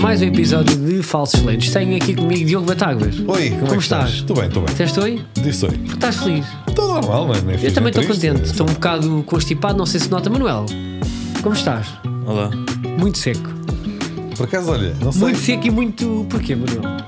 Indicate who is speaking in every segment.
Speaker 1: mais um episódio de Falsos Lentes. Tenho aqui comigo Diogo Batáguas.
Speaker 2: Oi, como,
Speaker 1: como,
Speaker 2: é que
Speaker 1: estás?
Speaker 2: Estou bem, estou bem.
Speaker 1: Estás oi?
Speaker 2: Disse oi.
Speaker 1: Porque estás feliz.
Speaker 2: Estou normal, é? mano.
Speaker 1: Eu também estou contente. Estou um bocado constipado, não sei se nota. Manuel, como estás?
Speaker 3: Olá.
Speaker 1: Muito seco.
Speaker 2: Por acaso, olha, não sei.
Speaker 1: Muito seco e muito. Porquê, Manuel?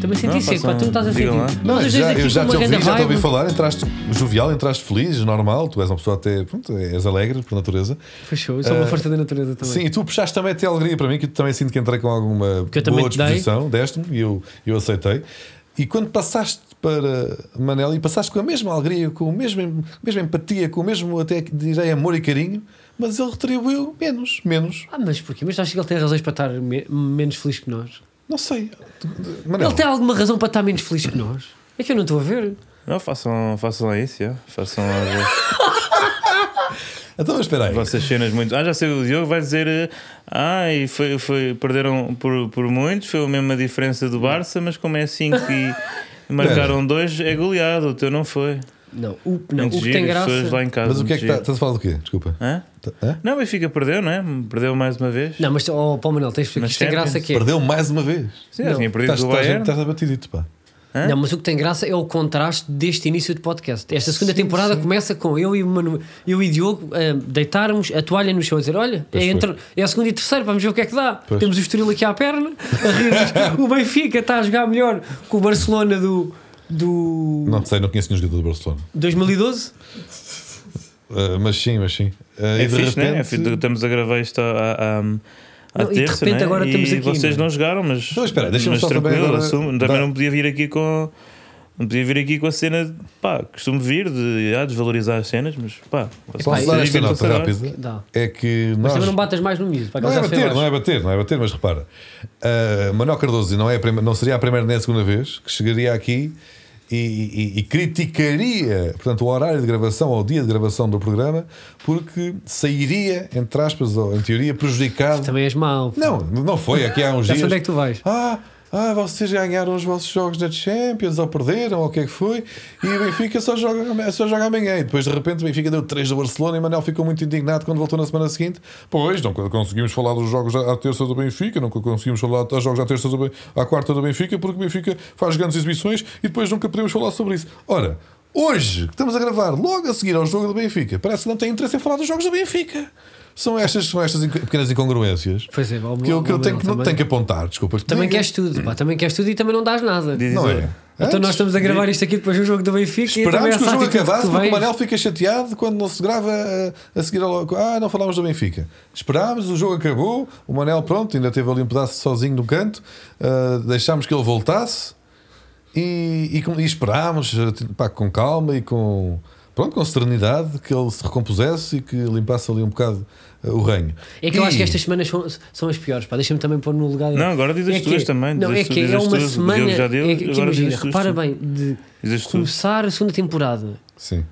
Speaker 1: Também senti
Speaker 3: Não,
Speaker 1: seco, pá,
Speaker 3: faço
Speaker 1: tu não estás a sentir.
Speaker 3: Diga lá.
Speaker 2: Não,
Speaker 1: Nós
Speaker 2: eu
Speaker 1: os dois
Speaker 2: já,
Speaker 1: aqui
Speaker 2: eu já
Speaker 1: com
Speaker 2: te
Speaker 1: é uma
Speaker 2: ouvi,
Speaker 1: grande
Speaker 2: já te ouvi
Speaker 1: vibe.
Speaker 2: falar, entraste jovial, entraste feliz, normal, tu és uma pessoa até, pronto, és alegre por natureza.
Speaker 1: Fechou, eu sou uma força da natureza também.
Speaker 2: Eh, Sim, e tu puxaste também até alegria para mim, que eu também sinto que entrei com alguma
Speaker 1: Que eu também
Speaker 2: boa
Speaker 1: te dei.
Speaker 2: disposição, deste-me e eu, eu aceitei. E quando passaste para Manel e passaste com a mesma alegria, com a mesma, mesma empatia, com o mesmo, até direi, amor e carinho, mas ele retribuiu menos, menos.
Speaker 1: Ah, mas porquê? Mas acho que ele tem razões para estar me- menos feliz que nós.
Speaker 2: Não sei. Manel,
Speaker 1: Ele tem alguma razão para estar menos feliz que nós? É que eu não estou a ver.
Speaker 3: Não, façam, façam isso, já. façam as, as
Speaker 2: então mas espera aí.
Speaker 3: vossas cenas muito. Ah, já sei, o Diogo vai dizer. eh, Ah, e foi, foi, perderam por, por muitos, foi a mesma diferença do Barça, mas como é 5 e marcaram 2, é goleado, o teu não foi.
Speaker 1: Não, o, não, o
Speaker 3: Muito
Speaker 1: que
Speaker 3: giro,
Speaker 1: tem
Speaker 3: as
Speaker 1: graça.
Speaker 3: pessoas lá em casa.
Speaker 2: Mas o que é
Speaker 3: muito
Speaker 2: que tá-
Speaker 3: giro.
Speaker 2: estás a falar do quê? Desculpa.
Speaker 3: Hã?
Speaker 2: Tá- hã?
Speaker 3: Não, o Benfica perdeu, não é? Perdeu mais uma vez.
Speaker 1: Não, mas oh, Paulo Manuel, tens de ver que
Speaker 3: Mas
Speaker 1: isto tem
Speaker 3: Champions,
Speaker 1: graça que é.
Speaker 2: Perdeu mais uma vez.
Speaker 3: Sim, eu
Speaker 1: Não.
Speaker 3: tinha perdido
Speaker 2: Estás,
Speaker 3: com o
Speaker 2: estás,
Speaker 3: Bayern.
Speaker 2: estás abatidito, pá.
Speaker 3: Hã?
Speaker 1: Não, mas o que tem graça é o contraste deste início de podcast. Esta segunda temporada começa com eu e, o Manu, eu e Diogo ah, deitarmos a toalha no chão e dizer: Olha, é,
Speaker 2: foi.
Speaker 1: entre- é a segunda e terceira, vamos ver o que é que dá.
Speaker 2: Pois.
Speaker 1: Temos o Estoril aqui à perna, a rir-nos. o Benfica está a jogar melhor com o Barcelona do, do
Speaker 2: Não sei, não conheço nenhum jogador do Barcelona.
Speaker 1: 2012.
Speaker 2: Ah, mas sim, mas sim. Ah,
Speaker 3: É
Speaker 2: e de
Speaker 3: fixe, né? É
Speaker 2: repente...
Speaker 3: fixe, Estamos a gravar isto à, à, à
Speaker 1: Não, e de
Speaker 3: terça,
Speaker 1: repente
Speaker 3: né?
Speaker 1: agora
Speaker 3: e
Speaker 1: estamos aqui,
Speaker 3: vocês
Speaker 1: não é?
Speaker 3: não jogaram, mas,
Speaker 2: Não, Então, espera, deixa-me
Speaker 3: mas
Speaker 2: só também
Speaker 3: tranquilo,
Speaker 2: agora
Speaker 3: assumo. Também
Speaker 2: dar-
Speaker 3: não podia vir aqui com... Não podia vir aqui com a cena de, pá, costumo vir de ah, desvalorizar as cenas, mas pá, vocês-
Speaker 2: Posso dar
Speaker 3: vocês
Speaker 2: esta
Speaker 3: divirtam-se
Speaker 2: nota
Speaker 3: agora.
Speaker 2: rápida?
Speaker 1: Dá.
Speaker 2: É que
Speaker 1: Mas
Speaker 2: nós...
Speaker 1: também não batas mais no miúdo. para
Speaker 2: Não é
Speaker 1: aquele já foi
Speaker 2: bater, não é
Speaker 1: baixo.
Speaker 2: bater, não é bater, mas repara. ah, Manuel Cardoso não, é a prime- não seria a primeira nem a segunda vez que chegaria aqui e, e- e criticaria portanto, o horário de gravação ou o dia de gravação do programa porque sairia, entre aspas, ou em teoria, prejudicado
Speaker 1: Também és mau. pá.
Speaker 2: é Não, não foi aqui há uns
Speaker 1: Já
Speaker 2: dias.
Speaker 1: sei onde é que tu vais.
Speaker 2: Ah, ah, vocês ganharam os vossos jogos da Champions ou perderam, ou o que é que foi, e o Benfica só joga, ama- só joga amanhã. E depois de repente o Benfica deu 3 do Barcelona e Manel ficou muito indignado quando voltou na semana seguinte. Pois, não conseguimos falar dos jogos à à terça do Benfica, nunca conseguimos falar dos jogos à terça do Ben- à quarta do Benfica, porque o Benfica faz grandes exibições e depois nunca podemos falar sobre isso. Ora. Hoje, que estamos a gravar logo a seguir ao jogo do Benfica, parece que não tem interesse em falar dos jogos do Benfica. São estas, são estas inco- pequenas incongruências
Speaker 1: Pois é, o
Speaker 2: que eu, que
Speaker 1: Manuel
Speaker 2: eu tenho, que, não
Speaker 1: também-
Speaker 2: tenho que apontar, desculpa.
Speaker 1: Também
Speaker 2: Diga.
Speaker 1: queres tudo, pá, também queres tudo e também não dás nada.
Speaker 3: Diz
Speaker 2: Não
Speaker 3: isso.
Speaker 2: é?
Speaker 1: Então nós
Speaker 2: Antes,
Speaker 1: estamos a gravar isto aqui depois do jogo do Benfica e também
Speaker 2: Esperámos que
Speaker 1: essa
Speaker 2: o jogo
Speaker 1: atitude que
Speaker 2: acabasse
Speaker 1: tu
Speaker 2: porque o
Speaker 1: vens.
Speaker 2: Manel fica chateado quando não se grava eh, a, seguir ao logo. Ah, não falámos do Benfica. Esperámos, o jogo acabou, o Manel, pronto, ainda teve ali um pedaço sozinho no canto, eh, deixámos que ele voltasse e, e, com- e esperámos eh, pá, com calma e com. Pronto, com serenidade, que ele se recompusesse e que limpasse ali um bocado eh, o reino.
Speaker 1: É que eu
Speaker 2: E-
Speaker 1: acho que estas semanas são, são as piores, pá. Deixa-me também pôr no lugar.
Speaker 3: Não, agora diz as
Speaker 1: que-
Speaker 3: tuas também, diz
Speaker 1: Não,
Speaker 3: as
Speaker 1: é
Speaker 3: tu-
Speaker 1: que
Speaker 3: diz
Speaker 1: é
Speaker 3: as
Speaker 1: uma
Speaker 3: tuas, o Diogo
Speaker 1: semana.
Speaker 3: já deu,
Speaker 1: é que
Speaker 3: agora diz
Speaker 1: imagina,
Speaker 3: as tuas,
Speaker 1: repara
Speaker 3: tu.
Speaker 1: bem, de
Speaker 3: Diz as tuas.
Speaker 1: começar a segunda temporada
Speaker 2: Sim.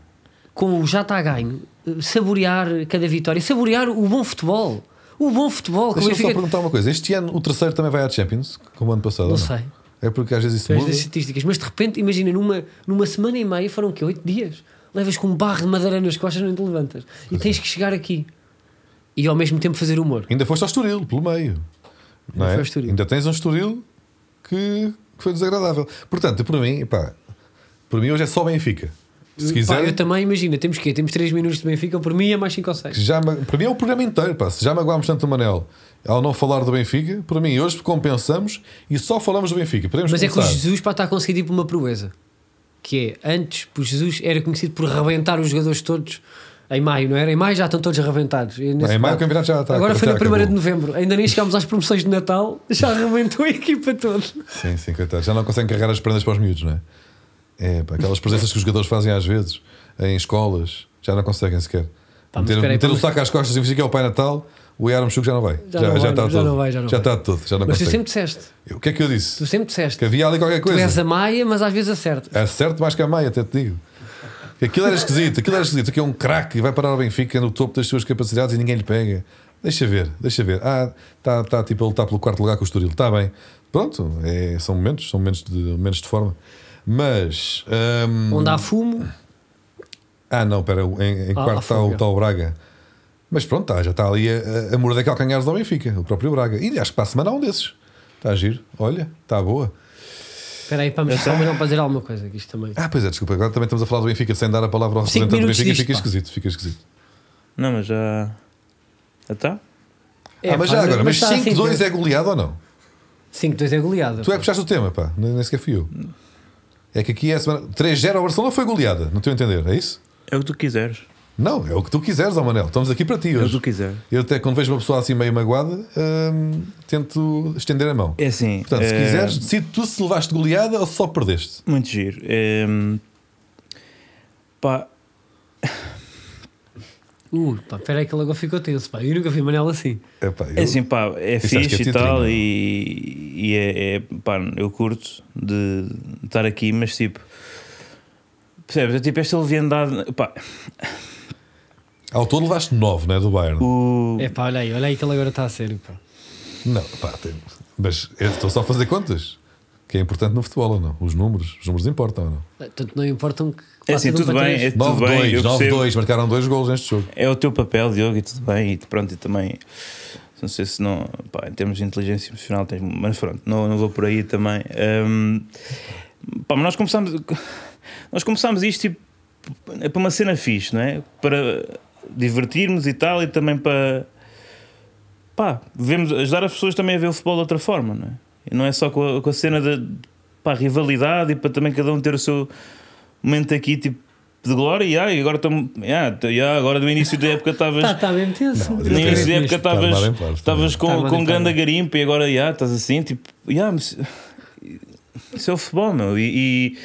Speaker 1: com o já está a ganho, saborear cada vitória, saborear o bom futebol. O bom futebol. é que o
Speaker 2: Deixa-me só
Speaker 1: Benfica-
Speaker 2: perguntar uma coisa. Este ano o terceiro também vai à Champions, como o ano passado? ou
Speaker 1: sei.
Speaker 2: É porque às vezes isso
Speaker 1: Tens
Speaker 2: muda.
Speaker 1: das estatísticas, mas de repente, imagina, numa, numa semana e meia foram o quê? 8 dias. Levas com um barro de madeira nas costas não te levantas. E tens que chegar aqui e ao mesmo tempo fazer humor.
Speaker 2: Ainda foste ao Estoril, pelo meio. Não
Speaker 1: foi
Speaker 2: é?
Speaker 1: ao Estoril.
Speaker 2: Ainda tens um Estoril que, que foi desagradável. Portanto, para mim, pá, para mim hoje é só Benfica. Se
Speaker 1: Pá, eu
Speaker 2: quiser,
Speaker 1: também, imagina, temos quê? Temos 3 minutos de Benfica, por mim é mais 5 ou 6.
Speaker 2: que já ma- para mim é o programa inteiro. Pá. Se já magoámos tanto o Manel ao não falar do Benfica, para mim hoje compensamos e só falamos do Benfica. Podemos
Speaker 1: Mas é que o
Speaker 2: começar.
Speaker 1: Jesus pá, está a conseguir ir para uma proeza. Que é, antes o Jesus era conhecido por rebentar os jogadores todos em maio, não era? Em maio já estão todos arrebentados. E nesse
Speaker 2: Em maio
Speaker 1: pá-
Speaker 2: o campeonato já está
Speaker 1: Agora foi
Speaker 2: já
Speaker 1: na primeira
Speaker 2: acabou.
Speaker 1: de novembro, ainda nem chegámos às promoções de Natal, já arrebentou a equipa toda.
Speaker 2: Sim, sim, coitado. Já não conseguem carregar as prendas para os miúdos, não é? É, pá, aquelas presenças que os jogadores fazem às vezes em escolas, já não conseguem sequer.
Speaker 1: Pá, mas
Speaker 2: meter um-
Speaker 1: espera aí, pá,
Speaker 2: meter o
Speaker 1: mas-
Speaker 2: saco às costas e fingir que é o Pai Natal, o Iaram Chuco já não vai.
Speaker 1: Já não vai,
Speaker 2: está
Speaker 1: não, já
Speaker 2: todo.
Speaker 1: não vai, já não vai.
Speaker 2: está todo, já não
Speaker 1: Mas tu
Speaker 2: consegue.
Speaker 1: sempre disseste,
Speaker 2: O que é que eu
Speaker 1: tu
Speaker 2: disse?
Speaker 1: sempre disseste,
Speaker 2: Que havia ali qualquer
Speaker 1: tu és
Speaker 2: coisa.
Speaker 1: a maia, mas às vezes acerta.
Speaker 2: Acerto É mais que a Maia, até te digo. Que Aquilo era esquisito, aquilo era esquisito. Aquilo é um craque e vai parar ao Benfica no topo das suas capacidades e ninguém lhe pega. Deixa ver, deixa ver. Ah, está tá, tipo a lutar pelo quarto lugar com o Estoril. Está bem. Pronto, é, são momentos, são momentos de, momentos de forma. Mas. hum,
Speaker 1: Onde há fumo,
Speaker 2: Ah, não, espera, em, em
Speaker 1: Um Ah,
Speaker 2: quarto está o,
Speaker 1: afoga.
Speaker 2: tá o Braga. Mas pronto, tá, já está ali a, a, a morder calcanhares do Benfica, o próprio Braga. E acho que para a semana há um desses. Está a giro. Olha, está boa.
Speaker 1: Espera aí, pá, mas só não para dizer alguma coisa aqui isto também.
Speaker 2: Ah, pois é, desculpa. Agora também estamos a falar do Benfica sem dar a palavra ao
Speaker 1: Cinco
Speaker 2: representante do
Speaker 1: minutos
Speaker 2: Benfica.
Speaker 1: disto,
Speaker 2: Fica
Speaker 1: pá.
Speaker 2: esquisito, fica esquisito.
Speaker 3: Não, mas já. Já tá? está?
Speaker 1: É,
Speaker 2: ah, mas
Speaker 1: pá,
Speaker 2: já agora, mas
Speaker 1: está assim,
Speaker 2: 5-2 é goleado ou não?
Speaker 1: 5-2 é goleada.
Speaker 2: Tu é que
Speaker 1: pá.
Speaker 2: puxaste o tema, pá. Nem nem sequer fui eu. É que aqui é a semana. 3-0 ao Barcelona foi goleada, não estou a entender, é isso?
Speaker 3: É o que tu quiseres.
Speaker 2: Não, é o que tu quiseres, ó Manel. Estamos aqui para ti
Speaker 3: É o que tu
Speaker 2: hoje.
Speaker 3: quiseres.
Speaker 2: Eu até quando vejo uma pessoa assim meio magoada, hum, tento estender a mão.
Speaker 3: É assim.
Speaker 2: Portanto, se
Speaker 3: é,
Speaker 2: quiseres, decide tu se levaste goleada ou se só perdeste.
Speaker 3: Muito giro. É, pá,
Speaker 1: Uh, pá, espera aí que ele agora ficou tenso, pá. Eu nunca vi Manel assim.
Speaker 2: Epá, eu-
Speaker 3: É assim, pá, é
Speaker 2: Isso acho que é
Speaker 3: fixe e
Speaker 2: título, não
Speaker 3: tal,
Speaker 2: é?
Speaker 3: e, e é, é, pá, eu curto de estar aqui, mas tipo, percebes? É tipo esta leviandade, pá,
Speaker 2: Ao todo levaste 9, não é? Do Bayern.
Speaker 3: o.
Speaker 1: É pá, olha aí, olha aí que ele agora está a sério, pá.
Speaker 2: Não, pá, tem- mas eu estou só a fazer contas. Que é importante no futebol ou não? Os números, os números importam ou não?
Speaker 1: Tanto não importam que.
Speaker 3: É
Speaker 1: façam
Speaker 3: assim,
Speaker 1: um
Speaker 3: tudo
Speaker 1: para
Speaker 3: bem,
Speaker 1: três.
Speaker 3: é tudo
Speaker 2: 9-2,
Speaker 3: bem, eu percebo.
Speaker 2: 9-2, marcaram dois golos neste jogo.
Speaker 3: É o teu papel, Diogo, e tudo bem, e pronto, e também. Não sei se não. Pá, em termos de inteligência emocional, tens, mas pronto, não, não vou por aí também. Ahm, pá, mas nós começámos. Nós começámos isto tipo, é para uma cena fixe, não é? Para divertirmos e tal, e também para. Pá, devemos ajudar as pessoas também a ver o futebol de outra forma, não é? E não é só com a, com a cena da pá, rivalidade e para também cada um ter o seu momento aqui, tipo. De glória, e ai, agora estamos. agora no início da época estavas.
Speaker 1: Tá, tá mesmo tenso.
Speaker 2: Não, mas
Speaker 3: No
Speaker 2: eu
Speaker 3: início da
Speaker 2: tenho-
Speaker 1: Mesmo.
Speaker 3: época
Speaker 2: Tá mal em
Speaker 3: estavas
Speaker 2: parte,
Speaker 3: estavas
Speaker 1: Tá
Speaker 3: com,
Speaker 1: mal
Speaker 3: com
Speaker 1: em
Speaker 3: ganda
Speaker 1: parte.
Speaker 3: garimpa e agora já estás assim, tipo, já, mas isso é o futebol, meu. E, e-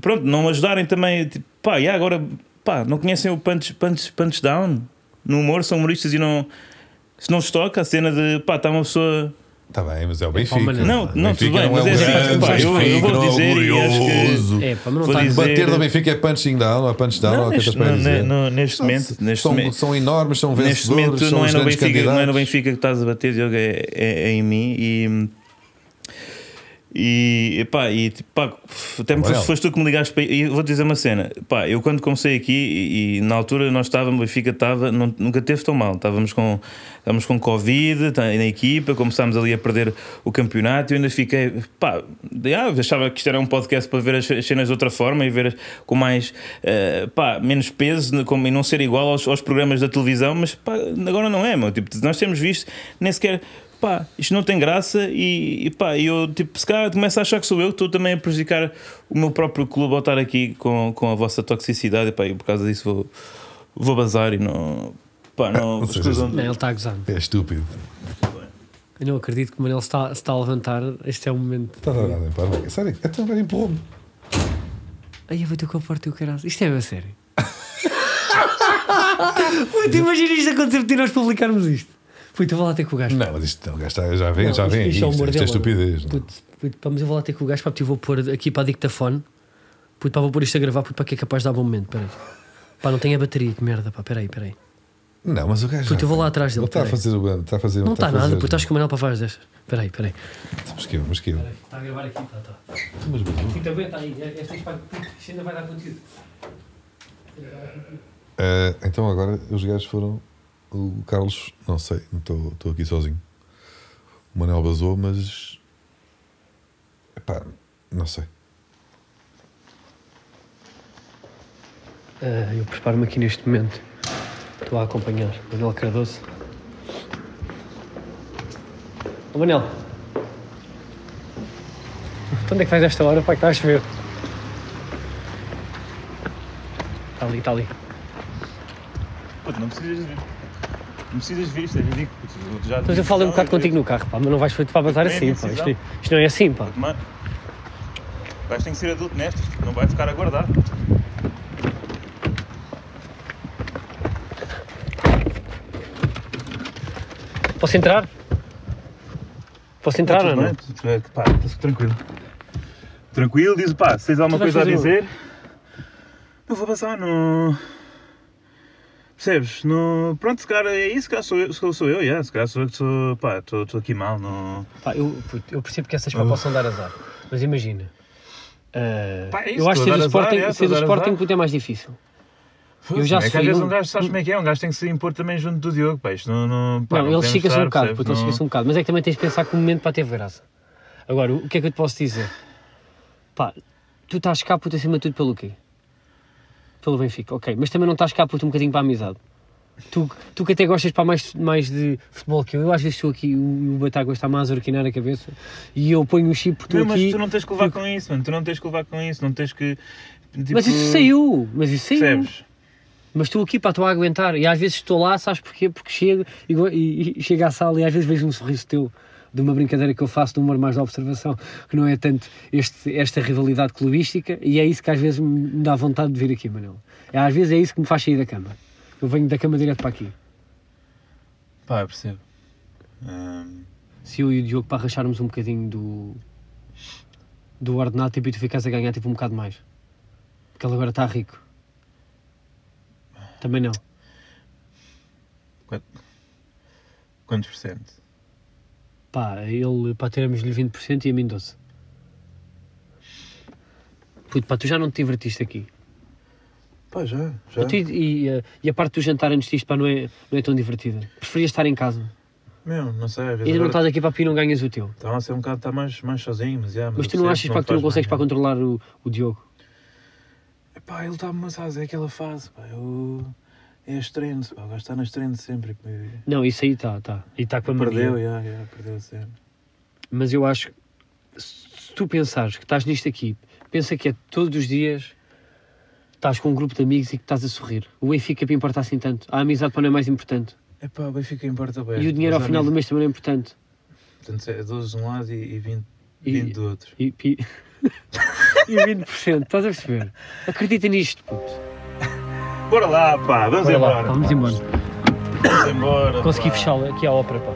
Speaker 3: pronto, não ajudarem também, tipo, pá, já agora, pá, não conhecem o punch, punch, punch down no humor, são humoristas e não. Se não se toca a cena de pá, está uma pessoa.
Speaker 2: Está bem, mas é o Benfica.
Speaker 1: mas não-
Speaker 3: não, não,
Speaker 2: Benfica
Speaker 3: tudo bem,
Speaker 2: não
Speaker 3: mas é assim,
Speaker 2: grande,
Speaker 3: pá, eu- eu
Speaker 2: Benfica
Speaker 3: vou
Speaker 2: não é
Speaker 3: dizer e acho que-
Speaker 2: glorioso.
Speaker 1: É, pá, mas não
Speaker 3: Vou
Speaker 1: está.
Speaker 3: dizer-
Speaker 2: Bater do Benfica é punching down, não é punch down,
Speaker 3: Não,
Speaker 2: ou o que é que
Speaker 3: neste,
Speaker 2: estás para
Speaker 3: não,
Speaker 2: dizer? Ah,
Speaker 3: não, neste momento, neste
Speaker 2: são,
Speaker 3: momento.
Speaker 2: são enormes, são
Speaker 3: Neste
Speaker 2: vencedores,
Speaker 3: momento
Speaker 2: são
Speaker 3: não
Speaker 2: os
Speaker 3: é, no
Speaker 2: grandes
Speaker 3: Benfica,
Speaker 2: candidatos.
Speaker 3: não é no Benfica que estás a bater, Diogo, é, é- é em mim e. E pá, e tipo, pá, até me
Speaker 2: Bom,
Speaker 3: foste,
Speaker 2: é.
Speaker 3: foste tu que me ligaste para. E eu vou te dizer uma cena, pá, eu quando comecei aqui e, e na altura nós estávamos, o Benfica estava, não- nunca teve tão mal, estávamos com, estávamos com Covid tá- na equipa, começámos ali a perder o campeonato e eu ainda fiquei, pá, de- ah, eu achava que isto era um podcast para ver as, as cenas de outra forma e ver as- com mais, eh, pá, menos peso né, como- e não ser igual aos, aos programas da televisão, mas pá, agora não é, meu, tipo, nós temos visto, nem sequer pá, isto não tem graça e, e pá, eu tipo, se calhar começo a achar que sou eu que estou também a prejudicar o meu próprio clube ao estar aqui com, com a vossa toxicidade e pá, eu por causa disso vou, vou bazar e não, pá, não,
Speaker 2: Ou seja,
Speaker 3: escusam-
Speaker 1: Não, ele está a gozar.
Speaker 2: É estúpido.
Speaker 1: Eu não acredito que o Manel se está, se está a levantar. Este é o momento.
Speaker 2: Estás a dar em par, é sério, é também empurrou-me.
Speaker 1: Ai, eu vou ter com a porta e o caralho. Isto é bem sério. Puta, imagina isto acontecer porque nós publicarmos isto. Fui, então vou lá ter com o gajo.
Speaker 2: Não, mas isto não, gasta- já vem,
Speaker 1: Não,
Speaker 2: já vem.
Speaker 1: isto é
Speaker 2: Isto,
Speaker 1: o
Speaker 2: isto,
Speaker 1: humor
Speaker 2: é
Speaker 1: dele,
Speaker 2: estupidez. não é?
Speaker 1: Puto, puto, pá, mas eu vou lá ter com o gajo, pá, porque eu vou pôr aqui para a dictafone. Puto, pá, vou pôr isto a gravar, puto, para que é capaz de dar bom momento, peraí. Pá, não tem a bateria, que merda, pá, peraí, peraí.
Speaker 2: Não, mas o gajo.
Speaker 1: Puto,
Speaker 2: já
Speaker 1: eu vou lá
Speaker 2: vem.
Speaker 1: atrás dele,
Speaker 2: Ele está a
Speaker 1: peraí.
Speaker 2: fazer o. Está a fazer
Speaker 1: Não está
Speaker 2: tá a fazer-
Speaker 1: nada, puto, acho que o Manel para faz destas. Peraí, peraí.
Speaker 2: Mas que eu, mas que eu.
Speaker 1: Está tá a gravar aqui, está, está. Puto, aguenta aí, é, esta isto ainda vai dar conteúdo.
Speaker 2: Ah, então agora os gajos foram. O Carlos, não sei, não estou estou aqui sozinho. O Manel basou, mas. Epá, não sei.
Speaker 1: Ah, eu preparo-me aqui neste momento. Estou a acompanhar Manel Cardoso. Ô Manel. Então onde é que vais esta hora? Pai, que está a chover. Está ali, está ali.
Speaker 3: Puto, não precisas de não precisas de isto, é ridículo. puto, eu já-
Speaker 1: Mas eu falei um bocado contigo no carro, pá, mas não vais feito para avançar
Speaker 3: Bem,
Speaker 1: assim, pá.
Speaker 3: É decisão.
Speaker 1: Isto, isto não é assim, pá.
Speaker 3: Mano, o gajo tem que ser adulto nestas, não vai ficar a guardar.
Speaker 1: Posso entrar? Posso entrar ou
Speaker 3: Tá Tudo
Speaker 1: não? é?
Speaker 3: bem, tudo bem, pá, tá tranquilo. Tranquilo, diz pá, se tens alguma
Speaker 1: Tu vais
Speaker 3: coisa a
Speaker 1: fazer
Speaker 3: dizer. Não vou passar, não. Percebes? Não... Pronto, se calhar é isso, se calhar sou eu, se calhar sou eu, yeah, se calhar sou eu que sou. pá, estou aqui mal, não.
Speaker 1: Pá, eu, puto, eu percebo que essas
Speaker 3: Ah.
Speaker 1: pá, possam dar azar, mas imagina. ah,
Speaker 3: Pá, é isso,
Speaker 1: eu acho que ser
Speaker 3: estou a
Speaker 1: do
Speaker 3: dar azar,
Speaker 1: Sporting,
Speaker 3: é,
Speaker 1: ser
Speaker 3: estou a
Speaker 1: do
Speaker 3: dar
Speaker 1: Sporting
Speaker 3: azar.
Speaker 1: puto, é mais difícil. Eu já
Speaker 3: é que
Speaker 1: sofri
Speaker 3: às vezes
Speaker 1: muito.
Speaker 3: um gajo, sabes como é que é? Um gajo tem que se impor também junto do Diogo, pá. Isto não. não pá,
Speaker 1: Não, ele
Speaker 3: podemos
Speaker 1: estica-se
Speaker 3: estar,
Speaker 1: um bocado,
Speaker 3: percebes?
Speaker 1: puto, ele
Speaker 3: Não-
Speaker 1: estica-se um bocado. Mas é que também tens de pensar que o momento para teve graça. Agora, o que é que eu te posso dizer? Pá, tu estás cá, puto, acima de tudo pelo quê? Pelo Benfica, ok. Mas também não estás cá, puto, um bocadinho para a amizade. Tu, tu que até gostas para mais, mais de futebol que eu, eu às vezes estou aqui, o, o Bataga está-me a azurquinar a cabeça e eu ponho o chip por tu
Speaker 3: Não, mas
Speaker 1: aqui. tipo
Speaker 3: tu não tens que levar com isso, mano. Tu não tens que levar com isso, não tens que. tipo,
Speaker 1: Mas isso saiu, mas isso saiu.
Speaker 3: Percebes?
Speaker 1: Mas estou aqui para estou a aguentar e às vezes estou lá, sabes porquê? Porque chego e, go- e, e chego à sala e às vezes vejo um sorriso teu de uma brincadeira que eu faço de um humor mais de observação, que não é tanto este, esta rivalidade clubística e é isso que às vezes me me dá vontade de vir aqui, Manel. É, às vezes é isso que me faz sair da cama. Eu venho da cama direto para aqui.
Speaker 3: Pá, eu percebo. Hum, Ahm,
Speaker 1: Se eu e o Diogo para racharmos um bocadinho do, do ordenado tipo, e tu ficas a ganhar tipo um bocado mais. Porque ele agora está rico. Também não.
Speaker 3: quantos por cento?
Speaker 1: Pá, ele, pá, tiramos-lhe 20% e a mim 12. Puto, pá, tu já não te divertiste aqui.
Speaker 3: Pá, já. já.
Speaker 1: E, tu- e, e a- e a parte do jantar antes disto, pá, não é, não é tão divertida. Preferias estar em casa.
Speaker 3: Meu, não sei, às vezes.
Speaker 1: Ainda não
Speaker 3: agora
Speaker 1: estás aqui, pá, e não ganhas o teu.
Speaker 3: Estava a ser um bocado tá mais, mais sozinho, mas, já,
Speaker 1: Mas
Speaker 3: eu
Speaker 1: tu não
Speaker 3: percebo,
Speaker 1: achas, pá, que tu
Speaker 3: faz
Speaker 1: não consegues,
Speaker 3: bem,
Speaker 1: pá, controlar o, o Diogo?
Speaker 3: é. Pá, ele está-me a fazer aquela fase, pá. Eu... É as trends, pá. O gajo está nas trends sempre. pá, e-
Speaker 1: Não, isso aí está, está. E está com a mania.
Speaker 3: Perdeu, já, já, perdeu sempre.
Speaker 1: Mas eu acho que se tu pensares que estás nisto aqui, pensa que é todos os dias estás com um grupo de amigos e que estás a sorrir. O Benfica para importa assim tanto. A amizade para não é mais importante.
Speaker 3: É pá, o Benfica importa bem.
Speaker 1: E o dinheiro ao
Speaker 3: É, mas há
Speaker 1: final do
Speaker 3: mesmo-
Speaker 1: mês também não é importante.
Speaker 3: Portanto, é 12 de um lado e, e 20,
Speaker 1: E-
Speaker 3: 20 do outro.
Speaker 1: E, pi... e 20%, estás a perceber? Acredita nisto, puto.
Speaker 3: Bora lá, pá. Vamos
Speaker 1: Bora lá,
Speaker 3: embora.
Speaker 1: vamos
Speaker 3: pá.
Speaker 1: embora.
Speaker 3: Vamos embora.
Speaker 1: Consegui
Speaker 3: pá.
Speaker 1: fechar aqui a ópera, pá.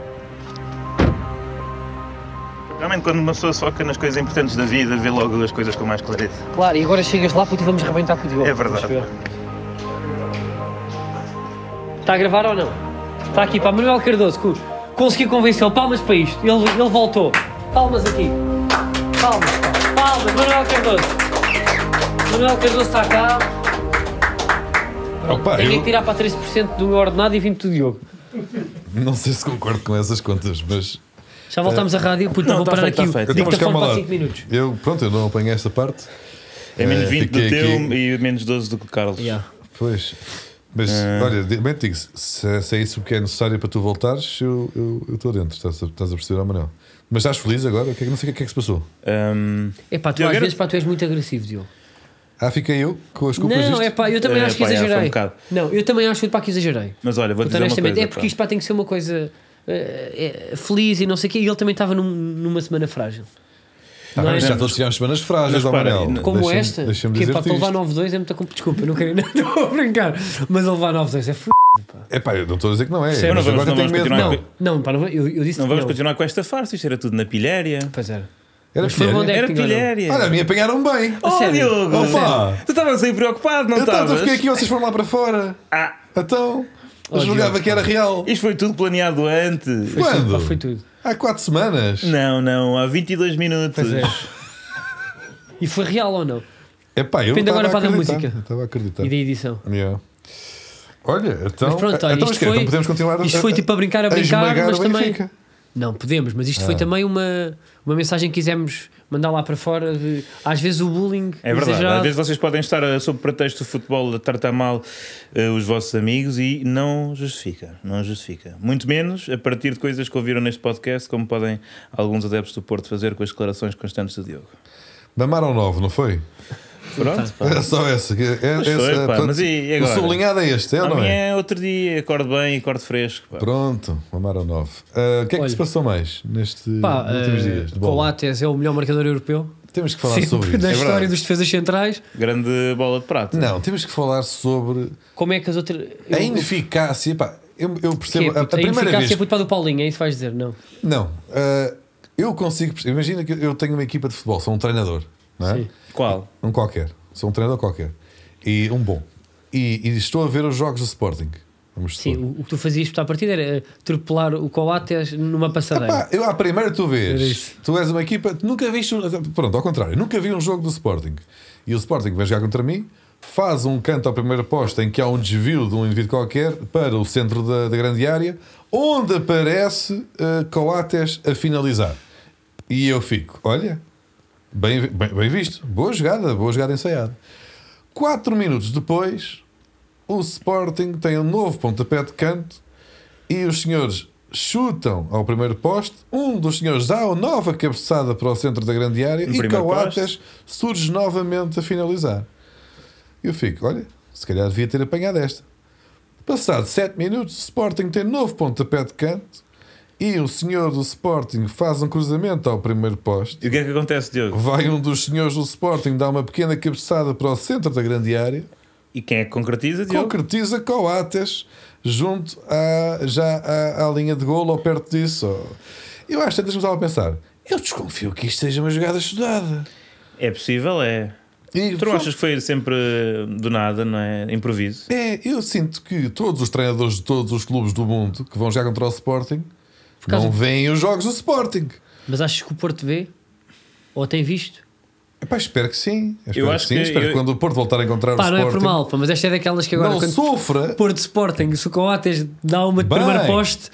Speaker 3: Realmente, quando uma pessoa se foca nas coisas importantes da vida, vê logo as coisas com mais clareza.
Speaker 1: Claro, e agora chegas lá, puto, e vamos rebentar com o Diogo.
Speaker 3: É verdade.
Speaker 1: Vamos ver. Está a gravar ou não? Está aqui, pá, Manuel Cardoso, cu. Consegui convencê-lo, palmas para isto. Ele, ele voltou. Palmas aqui. Palmas, pá. palmas, Manuel Cardoso. Manuel Cardoso está cá.
Speaker 2: Opa,
Speaker 1: Tenho
Speaker 2: eu
Speaker 1: que tirar para 13% do meu ordenado e 20% do Diogo.
Speaker 2: não sei se concordo com essas contas, mas
Speaker 1: Já voltámos à rádio, puto,
Speaker 3: Não,
Speaker 1: vou
Speaker 3: tá
Speaker 1: parar
Speaker 3: feito,
Speaker 1: aqui
Speaker 3: tá
Speaker 1: o
Speaker 3: feito.
Speaker 2: Então, mas
Speaker 1: dictafone
Speaker 2: calma
Speaker 1: para
Speaker 2: lá.
Speaker 1: 5 minutos.
Speaker 2: eu, pronto, eu não apanhei esta parte.
Speaker 3: É menos 20 do
Speaker 2: fiquei
Speaker 3: teu
Speaker 2: aqui.
Speaker 3: e menos 12 do que o Carlos.
Speaker 2: Pois. Mas,
Speaker 3: Ah.
Speaker 2: olha, de- bem te digo, se, se é isso que é necessário para tu voltares, eu eu- eu estou dentro, estás a, estás a perceber, ó, Manel. Mas estás feliz agora? O que é que, não sei o que é que se passou.
Speaker 3: Ahm,
Speaker 1: É pá, tu
Speaker 3: Diogo,
Speaker 1: às
Speaker 3: era-
Speaker 1: vezes pá, tu és muito agressivo, Diogo.
Speaker 2: Ah, fiquei eu com as culpas
Speaker 1: Não,
Speaker 2: disto?
Speaker 1: é pá, eu também
Speaker 3: É,
Speaker 1: acho que
Speaker 3: pá, é, foi um
Speaker 1: exagerei.
Speaker 3: bocado.
Speaker 1: não, eu também acho pá, que exagerei.
Speaker 3: mas olha, vou
Speaker 1: Puto,
Speaker 3: dizer uma
Speaker 1: honestamente,
Speaker 3: coisa.
Speaker 1: é porque
Speaker 3: pá.
Speaker 1: isto pá, tem que ser uma coisa eh, eh, feliz e não sei o quê. E ele também estava num- numa semana frágil.
Speaker 2: Ah,
Speaker 1: não é?
Speaker 2: mas já todos tivemos semanas frágeis,
Speaker 3: Mas
Speaker 2: ó,
Speaker 3: para,
Speaker 2: Manel.
Speaker 3: e-
Speaker 1: Como
Speaker 2: Deixa-me-
Speaker 1: esta,
Speaker 2: Deixa-me
Speaker 1: que é
Speaker 2: dizer
Speaker 1: pá, para levar 9-2 é muito complicado. Desculpa, não quero, não estou a brincar. Mas a levar 9-2 é f.
Speaker 2: É pá, eu não estou a dizer que não é.
Speaker 1: Sim,
Speaker 2: mas
Speaker 3: não vamos-
Speaker 2: agora tenho
Speaker 3: não vamos
Speaker 2: medo.
Speaker 3: continuar
Speaker 2: Não.
Speaker 3: com-
Speaker 1: Não, não, pá, não, eu, eu disse
Speaker 3: Não
Speaker 1: que
Speaker 3: vamos continuar com esta farsa, isto era tudo na pilhéria.
Speaker 1: Pois era.
Speaker 2: Era
Speaker 1: Mas foi
Speaker 2: pilhéria.
Speaker 1: bom de-
Speaker 3: Era
Speaker 1: acting, olha.
Speaker 3: pilhéria.
Speaker 2: Olha, me apanharam bem.
Speaker 1: A
Speaker 3: Oh,
Speaker 1: sério?
Speaker 3: Diogo!
Speaker 2: Opa!
Speaker 3: Tu estavas aí preocupado, não
Speaker 2: Eu tanto
Speaker 3: estavas?
Speaker 2: fiquei aqui, vocês foram lá para fora.
Speaker 3: Ah,
Speaker 2: Então, eu
Speaker 1: Oh,
Speaker 2: julgava
Speaker 1: Diogo.
Speaker 2: que era real.
Speaker 3: isto foi tudo planeado antes.
Speaker 1: Foi tudo,
Speaker 2: Quando?
Speaker 1: pá, Foi tudo.
Speaker 2: Há quatro semanas.
Speaker 3: Não, não, há 22 minutos.
Speaker 1: Pois é. E foi real ou não?
Speaker 2: É pá, eu
Speaker 1: Depende
Speaker 2: estava
Speaker 1: agora para
Speaker 2: a
Speaker 1: dar
Speaker 2: acreditar.
Speaker 1: música.
Speaker 2: Eu Estava a acreditar.
Speaker 1: E da edição.
Speaker 2: Yeah. Olha, então.
Speaker 1: Mas pronto, olha,
Speaker 2: então,
Speaker 1: isto
Speaker 2: mas quê? Então
Speaker 1: foi-
Speaker 2: podemos continuar a-
Speaker 1: isto foi tipo a brincar, a brincar,
Speaker 2: esmagar
Speaker 1: mas
Speaker 2: o
Speaker 1: também-
Speaker 2: Benfica.
Speaker 1: Não, podemos, mas
Speaker 2: Ah.
Speaker 1: isto foi também uma, uma mensagem que quisemos mandar lá para fora. De, às vezes o bullying
Speaker 3: É verdade,
Speaker 1: exagerado-
Speaker 3: às vezes vocês podem estar eh, sob pretexto do futebol a tratar mal eh, os vossos amigos e não justifica, não justifica. Muito menos a partir de coisas que ouviram neste podcast, como podem alguns adeptos do Porto fazer com as declarações constantes do Diogo.
Speaker 2: Mamaram 9, não foi?
Speaker 3: Pronto, pá.
Speaker 2: É só essa. que- É,
Speaker 3: Mas
Speaker 2: essa-
Speaker 3: foi, pá,
Speaker 2: portanto,
Speaker 3: mas e- e agora?
Speaker 2: O sublinhado é este, é ou não
Speaker 3: Amanhã
Speaker 2: é?
Speaker 3: é outro dia, acordo bem e acordo fresco. pá.
Speaker 2: Pronto, mamaram 9. o que é que
Speaker 1: Olha.
Speaker 2: se passou mais nestes
Speaker 1: Pá,
Speaker 2: últimos
Speaker 1: eh,
Speaker 2: dias? De bola?
Speaker 1: Coates é o melhor marcador europeu
Speaker 2: Temos que falar
Speaker 1: sempre
Speaker 2: sobre isso. É
Speaker 1: da
Speaker 3: é
Speaker 1: história
Speaker 3: verdade.
Speaker 1: dos defesas centrais.
Speaker 3: Grande bola de prata.
Speaker 2: Não, temos que falar sobre
Speaker 1: Como é que as outras.
Speaker 2: a
Speaker 1: eu-
Speaker 2: ineficácia. Pá, eu, eu
Speaker 1: que é,
Speaker 2: percebo.
Speaker 1: puto,
Speaker 2: a- a,
Speaker 1: a
Speaker 2: primeira
Speaker 1: ineficácia
Speaker 2: vez.
Speaker 1: é puto para do Paulinho, é isso que vais dizer, não?
Speaker 2: Não, ah, eu consigo. perce- Imagina que eu tenho uma equipa de futebol, sou um treinador, não é?
Speaker 1: Sim.
Speaker 3: Qual?
Speaker 2: Um qualquer. Sou um treinador qualquer. E um bom. E, e estou a ver os jogos do Sporting. Vamos
Speaker 1: Sim,
Speaker 2: supor.
Speaker 1: o, o que tu fazias para a partida era eh, atropelar o Coates numa passadeira.
Speaker 2: Epá, eu à primeira tu
Speaker 1: tá Era
Speaker 2: vês.
Speaker 1: isso.
Speaker 2: Tu és um uma equipa. tu Nunca viste. Pronto, ao contrário. Nunca vi um jogo do Sporting. E o Sporting vai jogar contra mim. faz um canto à primeira posta em que há um desvio de um indivíduo qualquer para o centro da, da grande área, onde aparece eh, Coates a finalizar. E eu fico, olha, bem, vi- bem, bem visto, boa jogada, boa jogada ensaiada. Quatro minutos depois, o Sporting tem um novo pontapé de canto e os senhores chutam ao primeiro poste. Um dos senhores dá a nova cabeçada para o centro da grande área
Speaker 3: No
Speaker 2: e
Speaker 3: primeiro
Speaker 2: Coates surge novamente a finalizar. Eu fico, olha, se calhar devia ter apanhado esta. Passado 7 minutos, o Sporting tem novo pontapé de canto e o senhor do Sporting faz um cruzamento ao primeiro poste.
Speaker 3: E o que é que acontece, Diogo?
Speaker 2: Vai um dos senhores do Sporting dar uma pequena cabeçada para o centro da grande área,
Speaker 3: E quem é que concretiza, Diogo?
Speaker 2: concretiza Coates junto à, já à, à linha de golo ou perto disso. Eu acho que tantas que eu estava a pensar. Eu desconfio que isto seja uma jogada estudada.
Speaker 3: É possível, é.
Speaker 2: E
Speaker 3: Tu não achas que foi sempre eh, do nada, não é? Improviso.
Speaker 2: É, eu sinto que todos os treinadores de todos os clubes do mundo que vão jogar contra o Sporting
Speaker 1: causa
Speaker 2: não
Speaker 1: de-
Speaker 2: veem os jogos do Sporting.
Speaker 1: Mas achas que o Porto vê? Ou tem visto?
Speaker 2: Epá, espero que sim. Espero
Speaker 3: acho
Speaker 2: que sim.
Speaker 3: que-
Speaker 2: espero
Speaker 3: eu-
Speaker 2: que quando o Porto voltar a encontrar o
Speaker 1: Pá, não
Speaker 2: Sporting
Speaker 1: é por mal, pá, mas esta é daquelas que agora
Speaker 2: não
Speaker 1: quando
Speaker 2: sofra.
Speaker 1: Porto Sporting, se o Coates dá uma de
Speaker 2: Bem.
Speaker 1: primeiro poste,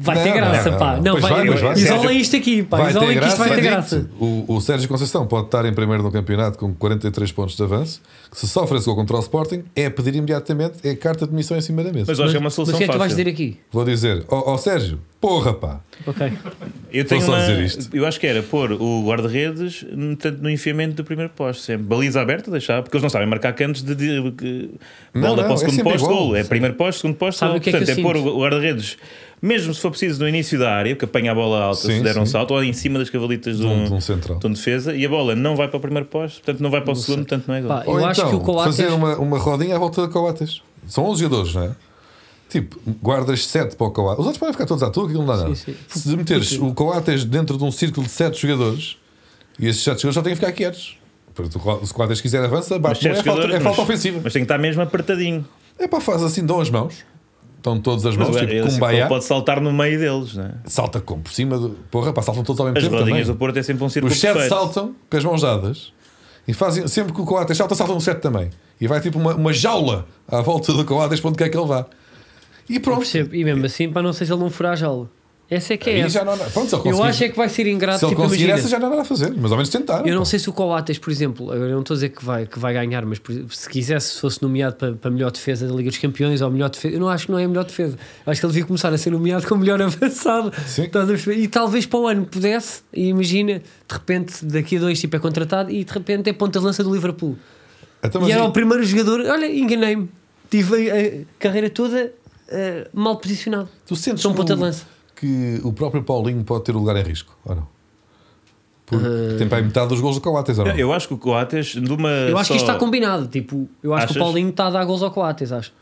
Speaker 1: vai
Speaker 2: Não,
Speaker 1: ter graça,
Speaker 2: não,
Speaker 1: pá.
Speaker 2: não.
Speaker 1: Não,
Speaker 2: Pois
Speaker 1: vai,
Speaker 2: vai, mas vai.
Speaker 1: isola
Speaker 2: Sérgio,
Speaker 1: isto aqui, pá. isola que isto vai ter graça.
Speaker 2: dito. O, o Sérgio Conceição pode estar em primeiro no campeonato com 43 pontos de avanço. Se sofre esse gol contra o Sporting, é pedir imediatamente é carta de demissão em cima da mesa.
Speaker 3: Mas eu acho que é uma
Speaker 1: Mas o
Speaker 3: solução
Speaker 1: que é que tu vais
Speaker 3: fácil.
Speaker 1: dizer aqui?
Speaker 2: Vou dizer, ó ó, Sérgio, porra pá.
Speaker 1: Ok.
Speaker 3: Eu tenho
Speaker 2: só
Speaker 3: uma-
Speaker 2: dizer isto.
Speaker 3: Eu acho que era pôr o guarda-redes no- tanto no enfiamento do primeiro posto, sempre. Baliza aberta, deixar, porque eles não sabem marcar cantos de, de, que-
Speaker 2: Não,
Speaker 3: bola
Speaker 2: não,
Speaker 3: para o
Speaker 2: é
Speaker 3: segundo
Speaker 2: sempre
Speaker 3: posto,
Speaker 2: igual.
Speaker 3: golo. É primeiro posto, segundo posto,
Speaker 1: Sabe
Speaker 3: golo.
Speaker 1: o que é que eu
Speaker 3: portanto, é pôr
Speaker 1: sinto?
Speaker 3: o guarda-redes, mesmo se for preciso, no início da área, porque apanha a bola alta,
Speaker 2: Sim,
Speaker 3: se der um
Speaker 2: sim.
Speaker 3: salto, ou em cima das cavalitas de
Speaker 2: De um-
Speaker 3: um,
Speaker 2: de um central.
Speaker 3: de um defesa, e a bola não vai para o primeiro posto, portanto não vai para o segundo, portanto não é gol.
Speaker 1: Pá,
Speaker 2: Ou
Speaker 1: eu acho
Speaker 2: então,
Speaker 1: que o Coates.
Speaker 2: fazer uma, uma rodinha à volta da Coates. São 11 jogadores, não é? Tipo, guardas 7 para o Coates. Os outros podem ficar todos à toa, que não dá nada.
Speaker 1: Sim, sim.
Speaker 2: Se meteres o Coates dentro de um círculo de 7 jogadores, e esses 7 jogadores só têm que ficar quietos. Porque o- Se o Coates quiser avança, bate. Não,
Speaker 3: sete
Speaker 2: é falta, é
Speaker 3: jogadores,
Speaker 2: falta
Speaker 3: mas-
Speaker 2: ofensiva.
Speaker 3: Mas tem que estar mesmo apertadinho.
Speaker 2: É pá, faz assim, dão as mãos. Estão todas as
Speaker 3: Mas
Speaker 2: mãos,
Speaker 3: o-
Speaker 2: tipo,
Speaker 3: ele
Speaker 2: cumbaiá.
Speaker 3: pode saltar no meio deles, não é?
Speaker 2: Salta como por cima do. Porra, pá, saltam todos ao mesmo
Speaker 3: As
Speaker 2: tempo
Speaker 3: rodinhas
Speaker 2: também.
Speaker 3: do Porto é sempre um círculo
Speaker 2: Os sete
Speaker 3: perfeito.
Speaker 2: saltam com as mãos dadas e fazem sempre que o Coates salta, saltam os sete também. E vai tipo uma, uma jaula à volta do Coates para onde quer que ele vá. E pronto.
Speaker 1: Percebo. E mesmo assim, pá, não sei se ele não furar a jaula. Essa é que é
Speaker 2: Aí
Speaker 1: essa.
Speaker 2: já não há nada- pronto, se ele
Speaker 1: Eu
Speaker 2: conseguir-
Speaker 1: acho é que vai ser ingrato.
Speaker 2: Se ele
Speaker 1: Tipo,
Speaker 2: conseguir
Speaker 1: imagina,
Speaker 2: essa, já não há nada a fazer. Mas ao menos tentaram.
Speaker 1: Eu não
Speaker 2: pá.
Speaker 1: sei se o Coates, por exemplo, agora eu não estou a dizer que vai, que vai ganhar, mas por exemplo, se quisesse, se fosse nomeado para, para melhor defesa da Liga dos Campeões ou melhor defesa, eu não acho que não é a melhor defesa. Acho que ele devia começar a ser nomeado como melhor avançado.
Speaker 2: Sim.
Speaker 1: Estás a perceber? E talvez para o ano pudesse, e imagina, de repente, daqui a dois, tipo, é contratado e de repente é ponta de lança do Liverpool.
Speaker 2: Então, mas
Speaker 1: e era
Speaker 2: e-
Speaker 1: o primeiro jogador, olha, enganei-me. Tive a, a carreira toda eh, mal posicionado.
Speaker 2: Tu sentes
Speaker 1: Sou um
Speaker 2: que o-
Speaker 1: ponta de lança.
Speaker 2: que o próprio Paulinho pode ter o lugar em risco, ou não? Porque
Speaker 1: Eh,
Speaker 2: tem para aí metade dos gols do Coates, ou não?
Speaker 3: Eu acho que o Coates, de uma.
Speaker 1: Eu acho
Speaker 3: É só...
Speaker 1: que isto está combinado. Tipo, eu acho que
Speaker 3: Achas?
Speaker 1: o Paulinho está a dar gols ao Coates, acho.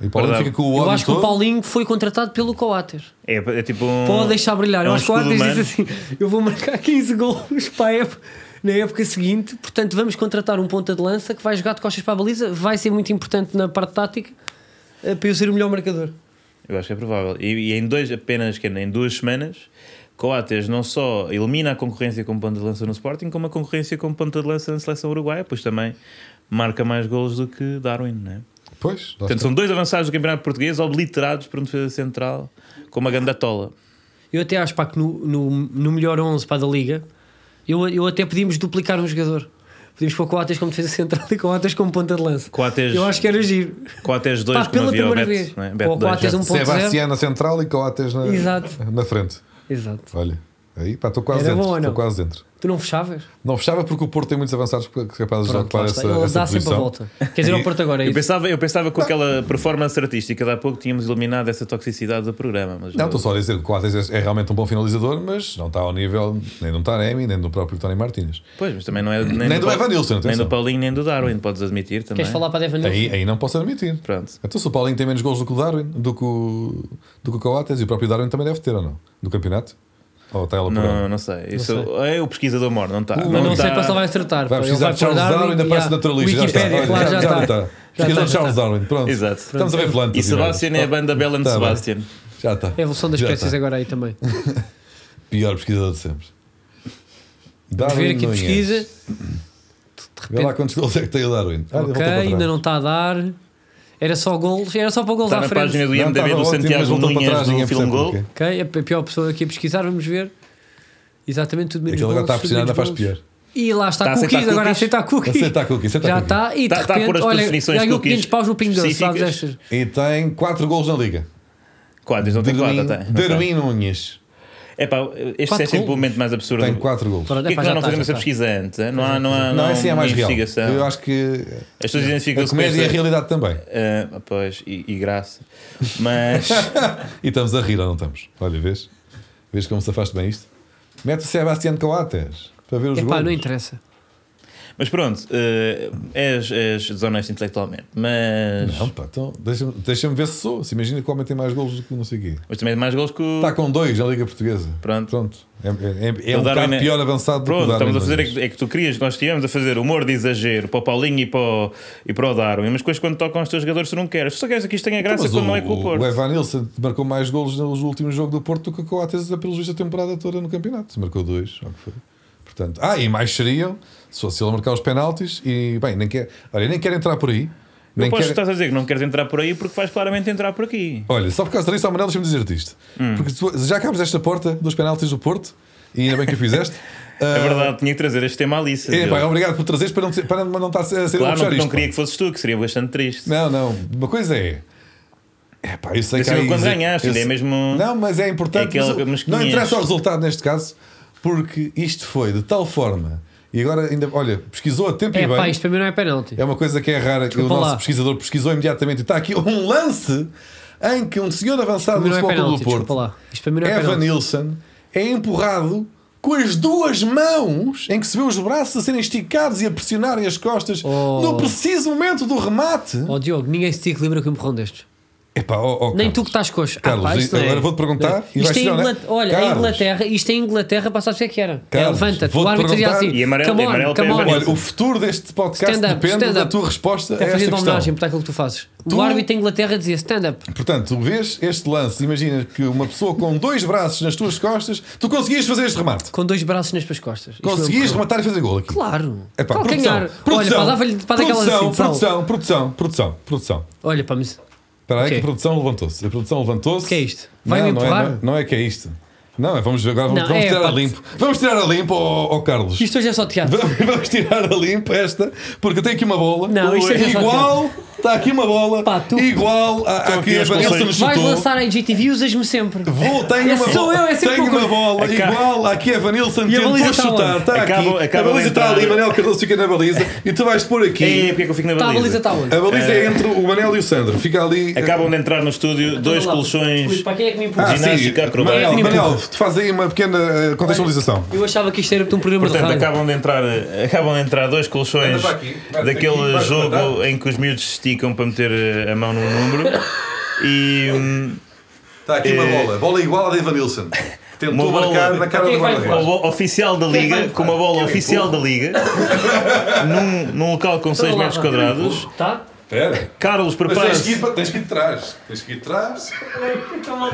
Speaker 2: E o Paulinho
Speaker 3: Verdade.
Speaker 2: fica com o
Speaker 1: Eu
Speaker 2: ódio
Speaker 1: acho que o
Speaker 2: todo.
Speaker 1: Paulinho foi contratado pelo Coates.
Speaker 3: É, é tipo um.
Speaker 1: Pode deixar brilhar.
Speaker 3: é
Speaker 1: Eu
Speaker 3: um
Speaker 1: acho que o Coates
Speaker 3: escudo
Speaker 1: diz
Speaker 3: humano.
Speaker 1: assim: eu vou marcar 15 gols para a época, na época seguinte. Portanto, vamos contratar um ponta de lança que vai jogar de costas para a baliza. Vai ser muito importante na parte tática eh, para eu ser o melhor marcador.
Speaker 3: Eu acho que é provável. E, e em dois, apenas que em duas semanas, Coates não só elimina a concorrência como ponta de lança no Sporting, como a concorrência como ponta de lança na seleção uruguaia, pois também marca mais golos do que Darwin, não é?
Speaker 2: Pois, lá
Speaker 3: Portanto,
Speaker 2: está.
Speaker 3: são dois avançados do Campeonato Português obliterados por um defesa central com uma gandatola.
Speaker 1: Eu até acho pá, que no, no, no melhor 11 para da Liga, eu, eu até podíamos duplicar um jogador. Podíamos pôr Coates como defesa central e Coates como ponta de lança.
Speaker 3: Coates,
Speaker 1: Eu acho que era giro.
Speaker 3: Coates 2,
Speaker 1: Pá,
Speaker 3: como
Speaker 1: pela
Speaker 3: havia o
Speaker 1: primeira
Speaker 3: Beto,
Speaker 1: vez.
Speaker 3: não é?
Speaker 1: Ou
Speaker 3: Beto dois,
Speaker 1: Coates
Speaker 3: já.
Speaker 1: um ponto zero.
Speaker 2: Sebastião na central e Coates na,
Speaker 1: Exato.
Speaker 2: na frente.
Speaker 1: Exato.
Speaker 2: Olha, aí pá, estou quase
Speaker 1: Era bom
Speaker 2: dentro.
Speaker 1: ou não?
Speaker 2: Estou quase dentro.
Speaker 1: Tu não fechavas?
Speaker 2: Não fechava porque o Porto tem muitos avançados que que é capazes de
Speaker 1: Pronto, lá
Speaker 2: ocupar
Speaker 1: está.
Speaker 2: essa,
Speaker 1: Ele
Speaker 2: essa
Speaker 1: dá sempre a
Speaker 2: posição.
Speaker 1: volta. Quer dizer, ao Porto agora é
Speaker 3: Eu
Speaker 1: isso.
Speaker 3: pensava, eu pensava com aquela performance artística de há pouco tínhamos eliminado essa toxicidade do programa. Mas
Speaker 2: Não,
Speaker 3: eu-
Speaker 2: estou só a dizer que o Coates é é realmente um bom finalizador, mas não está ao nível nem do Taremi, nem do próprio Tony Martínez.
Speaker 3: Pois, mas também não é. Nem,
Speaker 2: Nem do
Speaker 3: Pau-
Speaker 2: Evanilson,
Speaker 3: Nem
Speaker 2: atenção.
Speaker 3: do Paulinho, nem do Darwin, podes admitir também.
Speaker 1: Queres falar para a Devon Nunes?
Speaker 2: Aí, aí não posso admitir.
Speaker 3: Pronto.
Speaker 2: Então se o Paulinho tem menos gols do que o Darwin, do que o, do que o Coates, e o próprio Darwin também deve ter, ou não? Do campeonato? Ou está ele a
Speaker 3: Não,
Speaker 2: programa?
Speaker 3: não sei. Isso é o pesquisador mor, não tá. está.
Speaker 1: Mas não
Speaker 3: está.
Speaker 1: sei é para se ele vai se tratar.
Speaker 2: Então, Vai
Speaker 1: pá. Ele
Speaker 2: precisar de Charles
Speaker 1: para
Speaker 2: Darwin, ainda
Speaker 1: e
Speaker 2: parece
Speaker 1: há
Speaker 2: naturalista.
Speaker 1: Wikipédia,
Speaker 2: já
Speaker 1: claro,
Speaker 2: está.
Speaker 1: já
Speaker 2: olha,
Speaker 1: está. É Já
Speaker 2: Pesquisa
Speaker 1: está,
Speaker 2: de
Speaker 1: já
Speaker 2: Charles
Speaker 1: está.
Speaker 2: Darwin, pronto.
Speaker 3: Exato.
Speaker 2: Estamos a ver plantas.
Speaker 3: E Sebastian é a banda bela de
Speaker 2: Tá bem.
Speaker 3: Sebastian.
Speaker 2: Já está.
Speaker 1: A evolução das
Speaker 2: Já
Speaker 1: espécies é
Speaker 2: está.
Speaker 1: agora aí também.
Speaker 2: Pior pesquisador de sempre.
Speaker 1: Vamos
Speaker 2: Darwin
Speaker 1: ver aqui a
Speaker 2: Nunes.
Speaker 1: pesquisa. De de
Speaker 2: Vê lá
Speaker 1: repente.
Speaker 2: quantos gols é que tem o Darwin. Ah, voltou
Speaker 1: Ok,
Speaker 2: para trás.
Speaker 1: ainda não está a dar. Era só golos, era só para golos
Speaker 3: Está
Speaker 1: à
Speaker 3: Tá na
Speaker 1: frente.
Speaker 3: página do
Speaker 2: Não,
Speaker 3: IMDB
Speaker 2: estava
Speaker 3: do
Speaker 2: ótimo, mas
Speaker 3: Santiago
Speaker 2: voltou para
Speaker 3: Nunhas
Speaker 2: trás,
Speaker 3: do
Speaker 2: ninguém
Speaker 3: filme
Speaker 2: percebe
Speaker 3: Gol.
Speaker 2: porquê.
Speaker 1: Ok, é a a pior pessoa aqui a pesquisar, vamos ver. Exatamente tudo menos
Speaker 2: Aquele agora
Speaker 1: golos,
Speaker 2: está a
Speaker 1: tudo
Speaker 2: pressionar, ainda
Speaker 1: menos
Speaker 2: faz
Speaker 1: golos.
Speaker 2: pior.
Speaker 1: E lá está,
Speaker 3: Está a
Speaker 1: cookies,
Speaker 3: aceitar
Speaker 1: agora
Speaker 3: cookies?
Speaker 1: aceita a cookie.
Speaker 2: Aceita a cookie, aceita a
Speaker 1: Já tá.
Speaker 2: cookie.
Speaker 1: está, e de
Speaker 3: Está- está a
Speaker 1: repente,
Speaker 3: pôr as
Speaker 1: olha,
Speaker 3: definições
Speaker 1: ganhou
Speaker 3: cookies
Speaker 1: 500 paus no Pingo Doce, sabes
Speaker 3: específicas.
Speaker 1: estas?
Speaker 2: E tem 4 gols na liga.
Speaker 3: Quadros, não tem quadro, tem. não tem.
Speaker 2: Darwin Nunes.
Speaker 3: É pá, este
Speaker 1: Quatro
Speaker 3: é sempre
Speaker 1: golos.
Speaker 3: o momento mais absurdo.
Speaker 2: Tem
Speaker 3: do-
Speaker 2: 4 gols.
Speaker 3: Por
Speaker 1: Pronto,
Speaker 3: que é
Speaker 1: epá,
Speaker 3: que nós
Speaker 1: já
Speaker 3: não
Speaker 1: está,
Speaker 3: fazemos
Speaker 1: já tá.
Speaker 3: essa
Speaker 1: está.
Speaker 3: pesquisa antes? hein? Não há, não há,
Speaker 2: Não,
Speaker 3: há
Speaker 2: assim é mais
Speaker 3: uma
Speaker 2: real.
Speaker 3: investigação.
Speaker 2: Eu acho que
Speaker 3: As pessoas
Speaker 2: a
Speaker 3: identificam-se com
Speaker 2: comédia é a
Speaker 3: esta-
Speaker 2: realidade também.
Speaker 3: Ah, Pois, e, e graça. Mas.
Speaker 2: E estamos a rir ou não estamos? Olha, vês? Vês como se afaste bem isto? Mete o Sebastián Coates para ver os
Speaker 1: Epá, não
Speaker 2: gols.
Speaker 1: interessa.
Speaker 3: Mas pronto, eh, és, és desonesto intelectualmente, mas.
Speaker 2: Não, pá, então deixa-me deixa ver se sou. Se imagina que o homem tem mais golos do que não sei o quê.
Speaker 3: Mas também é mais gols que o.
Speaker 2: Está com dois na Liga Portuguesa.
Speaker 3: Pronto.
Speaker 2: Pronto. É, é, é
Speaker 3: O
Speaker 2: um
Speaker 3: Darwin
Speaker 2: bocado
Speaker 3: é-
Speaker 2: pior avançado do que o
Speaker 3: Pronto,
Speaker 2: Darwin
Speaker 3: estamos a fazer é
Speaker 2: Nunes.
Speaker 3: que, é que tu querias, nós estivemos a fazer humor de exagero para o Paulinho e para o, e para o Darwin, mas depois quando tocam aos teus jogadores tu não queres. Tu só queres que isto tenha graça
Speaker 2: Mas
Speaker 3: quando
Speaker 2: o,
Speaker 3: não é com o Porto.
Speaker 2: o Evanilson marcou mais golos no último jogo do Porto do que o Coates pelos vistos a temporada toda no campeonato. Marcou dois, ou o que foi. Portanto, ah, e mais seriam se fosse ele a marcar os penaltis e bem, nem quer, olha, nem quero entrar por aí.
Speaker 3: Não
Speaker 2: Nem
Speaker 3: podes
Speaker 2: quero,
Speaker 3: estás a dizer que não queres entrar por aí porque vais claramente entrar por aqui.
Speaker 2: Olha, só por causa disso, Amarelo, deixa-me dizer-te isto.
Speaker 3: Hum.
Speaker 2: Porque tu- já acabas esta porta dos penaltis do Porto, e ainda bem que o fizeste.
Speaker 3: É verdade, tinha que trazer este tema à Alice.
Speaker 2: É,
Speaker 3: Diogo.
Speaker 2: pá, obrigado por trazeres para não, ser- para não, não estar a ser a
Speaker 3: claro,
Speaker 2: puxar
Speaker 3: não, não
Speaker 2: isto.
Speaker 3: queria
Speaker 2: pá.
Speaker 3: que fosses tu, que seria bastante triste.
Speaker 2: Não, não. Uma coisa é. É pá, eu sei
Speaker 3: Mas
Speaker 2: que há
Speaker 3: eu
Speaker 2: aí-
Speaker 3: quando ganhaste,
Speaker 2: eu
Speaker 3: ainda é
Speaker 2: sei-
Speaker 3: mesmo-
Speaker 2: Não, mas é
Speaker 3: É
Speaker 2: importante.
Speaker 3: aquele
Speaker 2: mas o- não
Speaker 3: mesquinhez.
Speaker 2: interessa o resultado neste caso, porque isto foi de tal forma. E agora ainda, olha, pesquisou a tempo e
Speaker 1: É
Speaker 2: bem.
Speaker 1: pá, isto para mim não é penalti.
Speaker 2: É uma coisa que é rara que
Speaker 1: Desculpa
Speaker 2: o nosso
Speaker 1: lá.
Speaker 2: pesquisador pesquisou imediatamente. Está aqui um lance em que um senhor avançado
Speaker 1: Para mim
Speaker 2: do
Speaker 1: não é
Speaker 2: Futebol Clube
Speaker 1: penalti,
Speaker 2: do
Speaker 1: desculpa
Speaker 2: Porto,
Speaker 1: lá. Isto para mim não é
Speaker 2: Evan
Speaker 1: penalti.
Speaker 2: Nilsson, é empurrado com as duas mãos em que se vê os braços a serem esticados e a pressionarem as costas
Speaker 1: Oh.
Speaker 2: no preciso momento do remate.
Speaker 1: Ó Diogo, ninguém se te equilibra com um porrão destes.
Speaker 2: Epá, ó, ó,
Speaker 1: Nem tu
Speaker 2: Carlos.
Speaker 1: que estás coxo.
Speaker 2: Carlos,
Speaker 1: ah, pá, isto não é.
Speaker 2: agora vou-te perguntar
Speaker 1: Não.
Speaker 2: e
Speaker 1: Isto
Speaker 2: vais
Speaker 1: em
Speaker 2: tirar, não é?
Speaker 1: Inglaterra- Olha,
Speaker 2: Carlos.
Speaker 1: em Inglaterra, isto em Inglaterra, pá, sabes o que é que era? É,
Speaker 2: Carlos,
Speaker 1: Levanta-te, o
Speaker 2: vou-te
Speaker 1: árbitro dizia
Speaker 2: perguntar-
Speaker 1: assim.
Speaker 3: E amarelo-
Speaker 1: come
Speaker 3: e
Speaker 1: on, come
Speaker 3: amarelo para
Speaker 1: on.
Speaker 3: Evan
Speaker 2: Olha, o futuro deste podcast
Speaker 1: Stand up,
Speaker 2: depende
Speaker 1: stand
Speaker 2: da
Speaker 1: up.
Speaker 2: tua resposta
Speaker 1: Está a
Speaker 2: a esta
Speaker 1: fazer
Speaker 2: questão.
Speaker 1: homenagem por aquilo que tu fazes.
Speaker 2: Tu-
Speaker 1: O árbitro da Inglaterra dizia stand-up.
Speaker 2: Portanto, tu vês este lance, imaginas que uma pessoa com dois braços nas tuas costas, tu conseguias fazer este remate.
Speaker 1: Com dois braços nas tuas costas. Isto
Speaker 2: Conseguias
Speaker 1: não é um
Speaker 2: rematar e fazer gol aqui.
Speaker 1: porrão. Claro.
Speaker 2: Epá,
Speaker 1: Calcanhar.
Speaker 2: produção,
Speaker 1: Olha,
Speaker 2: produção,
Speaker 1: pá, dava-lhe dava aquela
Speaker 2: produção,
Speaker 1: assim, sal.
Speaker 2: produção, produção, produção, produção.
Speaker 1: Olha, pá, mas
Speaker 2: Espera aí
Speaker 1: O quê?
Speaker 2: que a produção levantou-se. A produção levantou-se.
Speaker 1: O que é isto? Vai-me
Speaker 2: não, não, é,
Speaker 1: empurrar?
Speaker 2: não, é- não é que é isto. Não, é, vamos agora vamos,
Speaker 1: Não,
Speaker 2: vamos
Speaker 1: é,
Speaker 2: tirar
Speaker 1: pá,
Speaker 2: a limpo. Vamos tirar a limpo, ó ó, Carlos.
Speaker 1: isto hoje é só teatro.
Speaker 2: Vamos- Vamos tirar a limpo esta, porque eu tenho aqui uma bola.
Speaker 1: Não, isto é já só
Speaker 2: igual. Está aqui uma bola.
Speaker 1: Pá, tu-
Speaker 2: Igual à- à
Speaker 3: Estão
Speaker 2: que
Speaker 3: aqui
Speaker 2: a
Speaker 3: os
Speaker 2: Vanessa
Speaker 3: conceitos.
Speaker 2: nos
Speaker 1: Vais
Speaker 2: chutou.
Speaker 1: lançar a IGTV, usas-me sempre.
Speaker 2: Vou, tenho
Speaker 1: É
Speaker 2: uma
Speaker 1: sou
Speaker 2: bola,
Speaker 1: eu, é sempre
Speaker 2: tenho
Speaker 1: uma
Speaker 2: uma bola
Speaker 3: Acaba-
Speaker 2: igual à que a Vanilson
Speaker 1: E a
Speaker 2: tentou
Speaker 1: baliza está
Speaker 2: chutar.
Speaker 1: onde?
Speaker 2: Está aqui.
Speaker 3: Acaba- acaba
Speaker 2: a baliza
Speaker 3: de
Speaker 2: está ali,
Speaker 3: entrar.
Speaker 2: Manel Cardoso fica na baliza e tu vais pôr
Speaker 3: E
Speaker 2: aqui.
Speaker 3: porque é que eu fico na
Speaker 1: Está Tá, a baliza,
Speaker 3: baliza?
Speaker 1: está onde?
Speaker 2: A baliza é entre o Manel e o Sandro. Fica ali.
Speaker 3: Acabam de entrar no estúdio dois
Speaker 1: Olha lá.
Speaker 3: colchões.
Speaker 1: Ui, Para quem é que me
Speaker 2: Ah,
Speaker 1: empurra?
Speaker 2: sim.
Speaker 3: ginástica acrobática.
Speaker 2: Manel,
Speaker 1: Quem é que me
Speaker 2: Manel, tu faz aí uma pequena eh, contextualização.
Speaker 1: Eu achava que isto era de um programa de
Speaker 3: Portanto,
Speaker 1: rádio.
Speaker 3: acabam de entrar, eh, acabam de entrar dois colchões
Speaker 2: Anda para aqui, vai-te
Speaker 3: daquele
Speaker 2: aqui, vai-te
Speaker 3: jogo
Speaker 2: para trás.
Speaker 3: em que os miúdos se esticam para meter eh, a mão num número e hum,
Speaker 2: Está aqui uma
Speaker 3: Eh,
Speaker 2: bola. Bola igual à da Evanilson. que Tentou
Speaker 3: Uma bola-
Speaker 2: marcar na
Speaker 1: Quem é
Speaker 2: cara do
Speaker 1: que vai
Speaker 2: Manel.
Speaker 3: com a bola oficial da liga, com uma bola oficial da liga, num, num local com
Speaker 1: Então,
Speaker 3: 6 metros quadrados,
Speaker 1: Tá?
Speaker 2: Espera.
Speaker 3: Carlos
Speaker 2: Mas tens que,
Speaker 3: prepara-se.
Speaker 2: ir, para- tens que ir de trás. Tens que ir de trás.
Speaker 1: Então,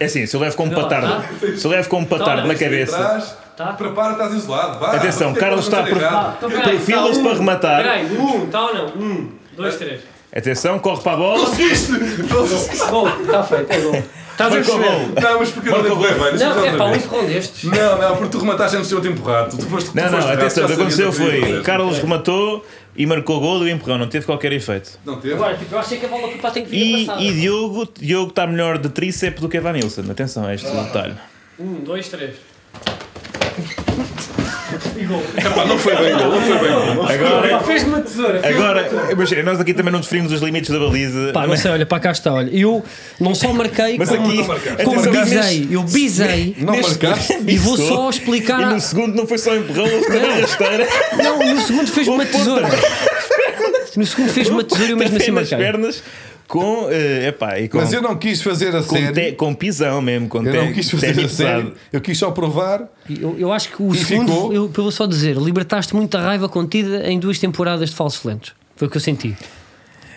Speaker 3: É assim, se eu levo com um
Speaker 1: Não,
Speaker 3: patardo, se eu levo com um patardo na
Speaker 1: Tens que
Speaker 2: De
Speaker 3: cabeça.
Speaker 2: trás.
Speaker 1: Tá.
Speaker 2: Prepara, estás isolado. Vá,
Speaker 3: Atenção,
Speaker 2: Não tem
Speaker 3: Carlos está a
Speaker 2: como fazer errado.
Speaker 1: Ah, então,
Speaker 3: preparar.
Speaker 1: tá
Speaker 3: Perfila-se para rematar.
Speaker 1: Peraí, um, está ou não? Um, dois, três.
Speaker 3: Atenção, corre para a bola.
Speaker 2: Conseguiste!
Speaker 1: Gol, está feito, é gol. Estás a
Speaker 3: Marca o
Speaker 1: perceber?
Speaker 3: gol.
Speaker 2: Não, mas porque eu não
Speaker 3: Marca o
Speaker 2: empurrei, vai, deixa-me
Speaker 1: Não,
Speaker 2: fazer
Speaker 1: é
Speaker 2: outra
Speaker 1: pá, um
Speaker 2: vez.
Speaker 1: empurrão destes.
Speaker 2: Não, não, porque tu remataste antes de eu te empurrar. Tu, tu foste, tu
Speaker 3: Não,
Speaker 2: foste
Speaker 3: não,
Speaker 2: rápido,
Speaker 3: atenção, o
Speaker 2: já sabias
Speaker 3: que aconteceu
Speaker 2: que eu queria
Speaker 3: foi
Speaker 2: fazer.
Speaker 3: Carlos rematou e marcou o gol e o empurrão, não teve qualquer efeito.
Speaker 2: Não teve?
Speaker 1: Agora, tipo, eu achei que a bola pá, tem que vir
Speaker 3: E,
Speaker 1: passada.
Speaker 3: e Diogo, Diogo está melhor de tríceps do que Evan Nilsson. Atenção a este detalhe.
Speaker 1: Um, dois, três.
Speaker 2: Epá, não foi bem gol, não foi bem gol.
Speaker 3: Agora,
Speaker 1: Fez-me uma tesoura.
Speaker 3: agora mas nós aqui também não definimos os limites da baliza.
Speaker 1: Pá, não sei, olha, para cá está, olha. Eu não só marquei,
Speaker 3: Mas
Speaker 1: como,
Speaker 3: aqui,
Speaker 1: como
Speaker 3: atenção,
Speaker 1: bisei. Eu bisei.
Speaker 2: Não marcaste?
Speaker 1: E vou só explicar
Speaker 3: E
Speaker 1: a-
Speaker 3: no segundo não foi só empurrão, houve também
Speaker 1: Não.
Speaker 3: rasteira.
Speaker 1: Não, no segundo fez-me uma tesoura. No segundo fez-me uma tesoura e eu mesmo assim
Speaker 3: Tapei nas
Speaker 1: marquei.
Speaker 3: pernas com. eh, epá, e com,
Speaker 2: Mas eu não quis fazer a
Speaker 3: com, te-
Speaker 2: sério.
Speaker 3: com pisão mesmo, com
Speaker 2: Eu
Speaker 3: te-
Speaker 2: não quis fazer
Speaker 3: ténis
Speaker 2: a sério.
Speaker 3: pesado.
Speaker 2: Eu quis só provar.
Speaker 1: Eu, eu acho que o
Speaker 2: E ficou?
Speaker 1: segundo, eu, eu vou só dizer, libertaste muita raiva contida em duas temporadas de falsos lentos. Foi o que eu senti.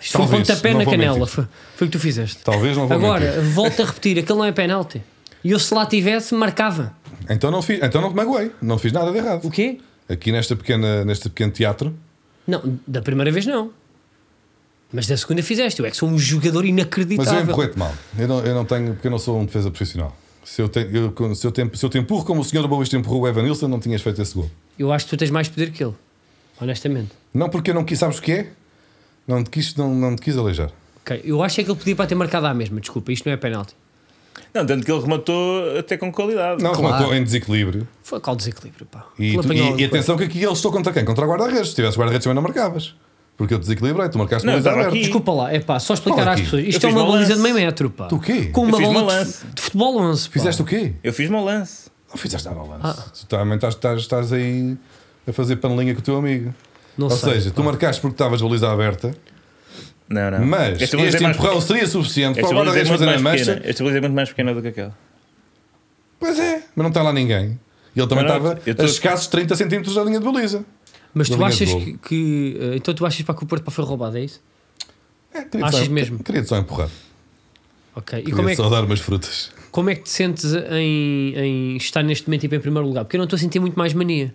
Speaker 1: Isto foi um
Speaker 2: Talvez,
Speaker 1: pontapé
Speaker 2: não
Speaker 1: na
Speaker 2: vou
Speaker 1: canela.
Speaker 2: mentir.
Speaker 1: Foi, foi o que tu fizeste.
Speaker 2: Talvez não vou
Speaker 1: Agora,
Speaker 2: mentir.
Speaker 1: volto a repetir, aquele não é penalti. E eu se lá tivesse, marcava.
Speaker 2: Então não, fiz, então não me magoei. Não fiz nada de errado.
Speaker 1: O quê?
Speaker 2: Aqui nesta pequena, neste pequeno teatro,
Speaker 1: Não, da primeira vez não. Mas da segunda fizeste. Eu é que sou um jogador
Speaker 2: Mas eu
Speaker 1: inacreditável.
Speaker 2: empurrei-te mal. Eu não, eu não tenho, porque eu não sou um defesa profissional. Se eu, te, eu, se, eu te, se eu te empurro como o senhor do Boas te empurrou o Evan Nilsson, não tinhas feito esse gol.
Speaker 1: Eu acho que tu tens mais poder que ele. Honestamente.
Speaker 2: Não porque eu não quis, sabes o que é? Não te quis, não, não te quis aleijar.
Speaker 1: Ok, Eu acho é que ele podia para ter marcado à mesma. Desculpa, isto não é penalti.
Speaker 3: Não, tanto que ele rematou até com qualidade.
Speaker 2: Não,
Speaker 1: Claro.
Speaker 2: rematou em desequilíbrio.
Speaker 1: Foi qual desequilíbrio, pá.
Speaker 2: E,
Speaker 1: Ele
Speaker 2: tu-
Speaker 1: apanhou
Speaker 2: e- e
Speaker 1: alguma coisa.
Speaker 2: atenção que aqui eles estou contra quem? Contra o guarda-redes. Se tivesse guarda-redes também não marcavas. Porque eu desequilibrei, tu marcaste
Speaker 3: Não,
Speaker 2: uma
Speaker 3: eu
Speaker 2: vez
Speaker 3: estava
Speaker 2: aberta.
Speaker 3: aqui.
Speaker 1: Desculpa lá, é pá, só explicar
Speaker 2: Fala
Speaker 1: às
Speaker 2: aqui.
Speaker 1: pessoas.
Speaker 3: Eu
Speaker 1: Isto é
Speaker 3: fiz
Speaker 1: uma
Speaker 3: mau
Speaker 1: baliza
Speaker 3: lance.
Speaker 1: de meio metro, pá.
Speaker 2: Tu o quê?
Speaker 1: Com
Speaker 3: Eu
Speaker 1: uma
Speaker 3: fiz mau
Speaker 1: bola de,
Speaker 3: lance.
Speaker 1: de futebol 11. Pá.
Speaker 2: Fizeste o quê?
Speaker 3: Eu fiz mau lance.
Speaker 2: Não fizeste nada ao lance.
Speaker 1: Ah.
Speaker 2: Tu também estás, estás, estás aí a fazer panelinha com o teu amigo.
Speaker 1: Não
Speaker 2: Ou
Speaker 1: sei, Ah.
Speaker 2: seja, tu marcaste porque estavas baliza aberta,
Speaker 3: Não, não.
Speaker 2: mas
Speaker 3: Esta
Speaker 2: este,
Speaker 3: baliza é mais-
Speaker 2: empurrão seria suficiente para
Speaker 3: Esta
Speaker 2: o
Speaker 3: baliza é
Speaker 2: guarda-redes
Speaker 3: muito
Speaker 2: fazer a
Speaker 3: mais
Speaker 2: mancha.
Speaker 3: pequena. Esta baliza é muito mais pequena do que aquela.
Speaker 2: Pois é, mas não está lá ninguém. E ele também
Speaker 3: Não, não,
Speaker 2: estava
Speaker 3: eu tô-
Speaker 2: a escassos 30 centímetros da linha de baliza.
Speaker 1: Mas tu
Speaker 2: Linha de
Speaker 1: achas
Speaker 2: golo.
Speaker 1: que, que, eh, Então tu achas para que o Porto pá, foi roubado, é isso?
Speaker 2: É, queria
Speaker 1: Achas
Speaker 2: só,
Speaker 1: mesmo?
Speaker 2: Queria só empurrar.
Speaker 1: Ok. E
Speaker 2: Queria
Speaker 1: como é, que,
Speaker 2: só dar umas frutas.
Speaker 1: como é que te sentes em, em estar neste momento tipo, em primeiro lugar? Porque eu não estou a sentir muito mais mania.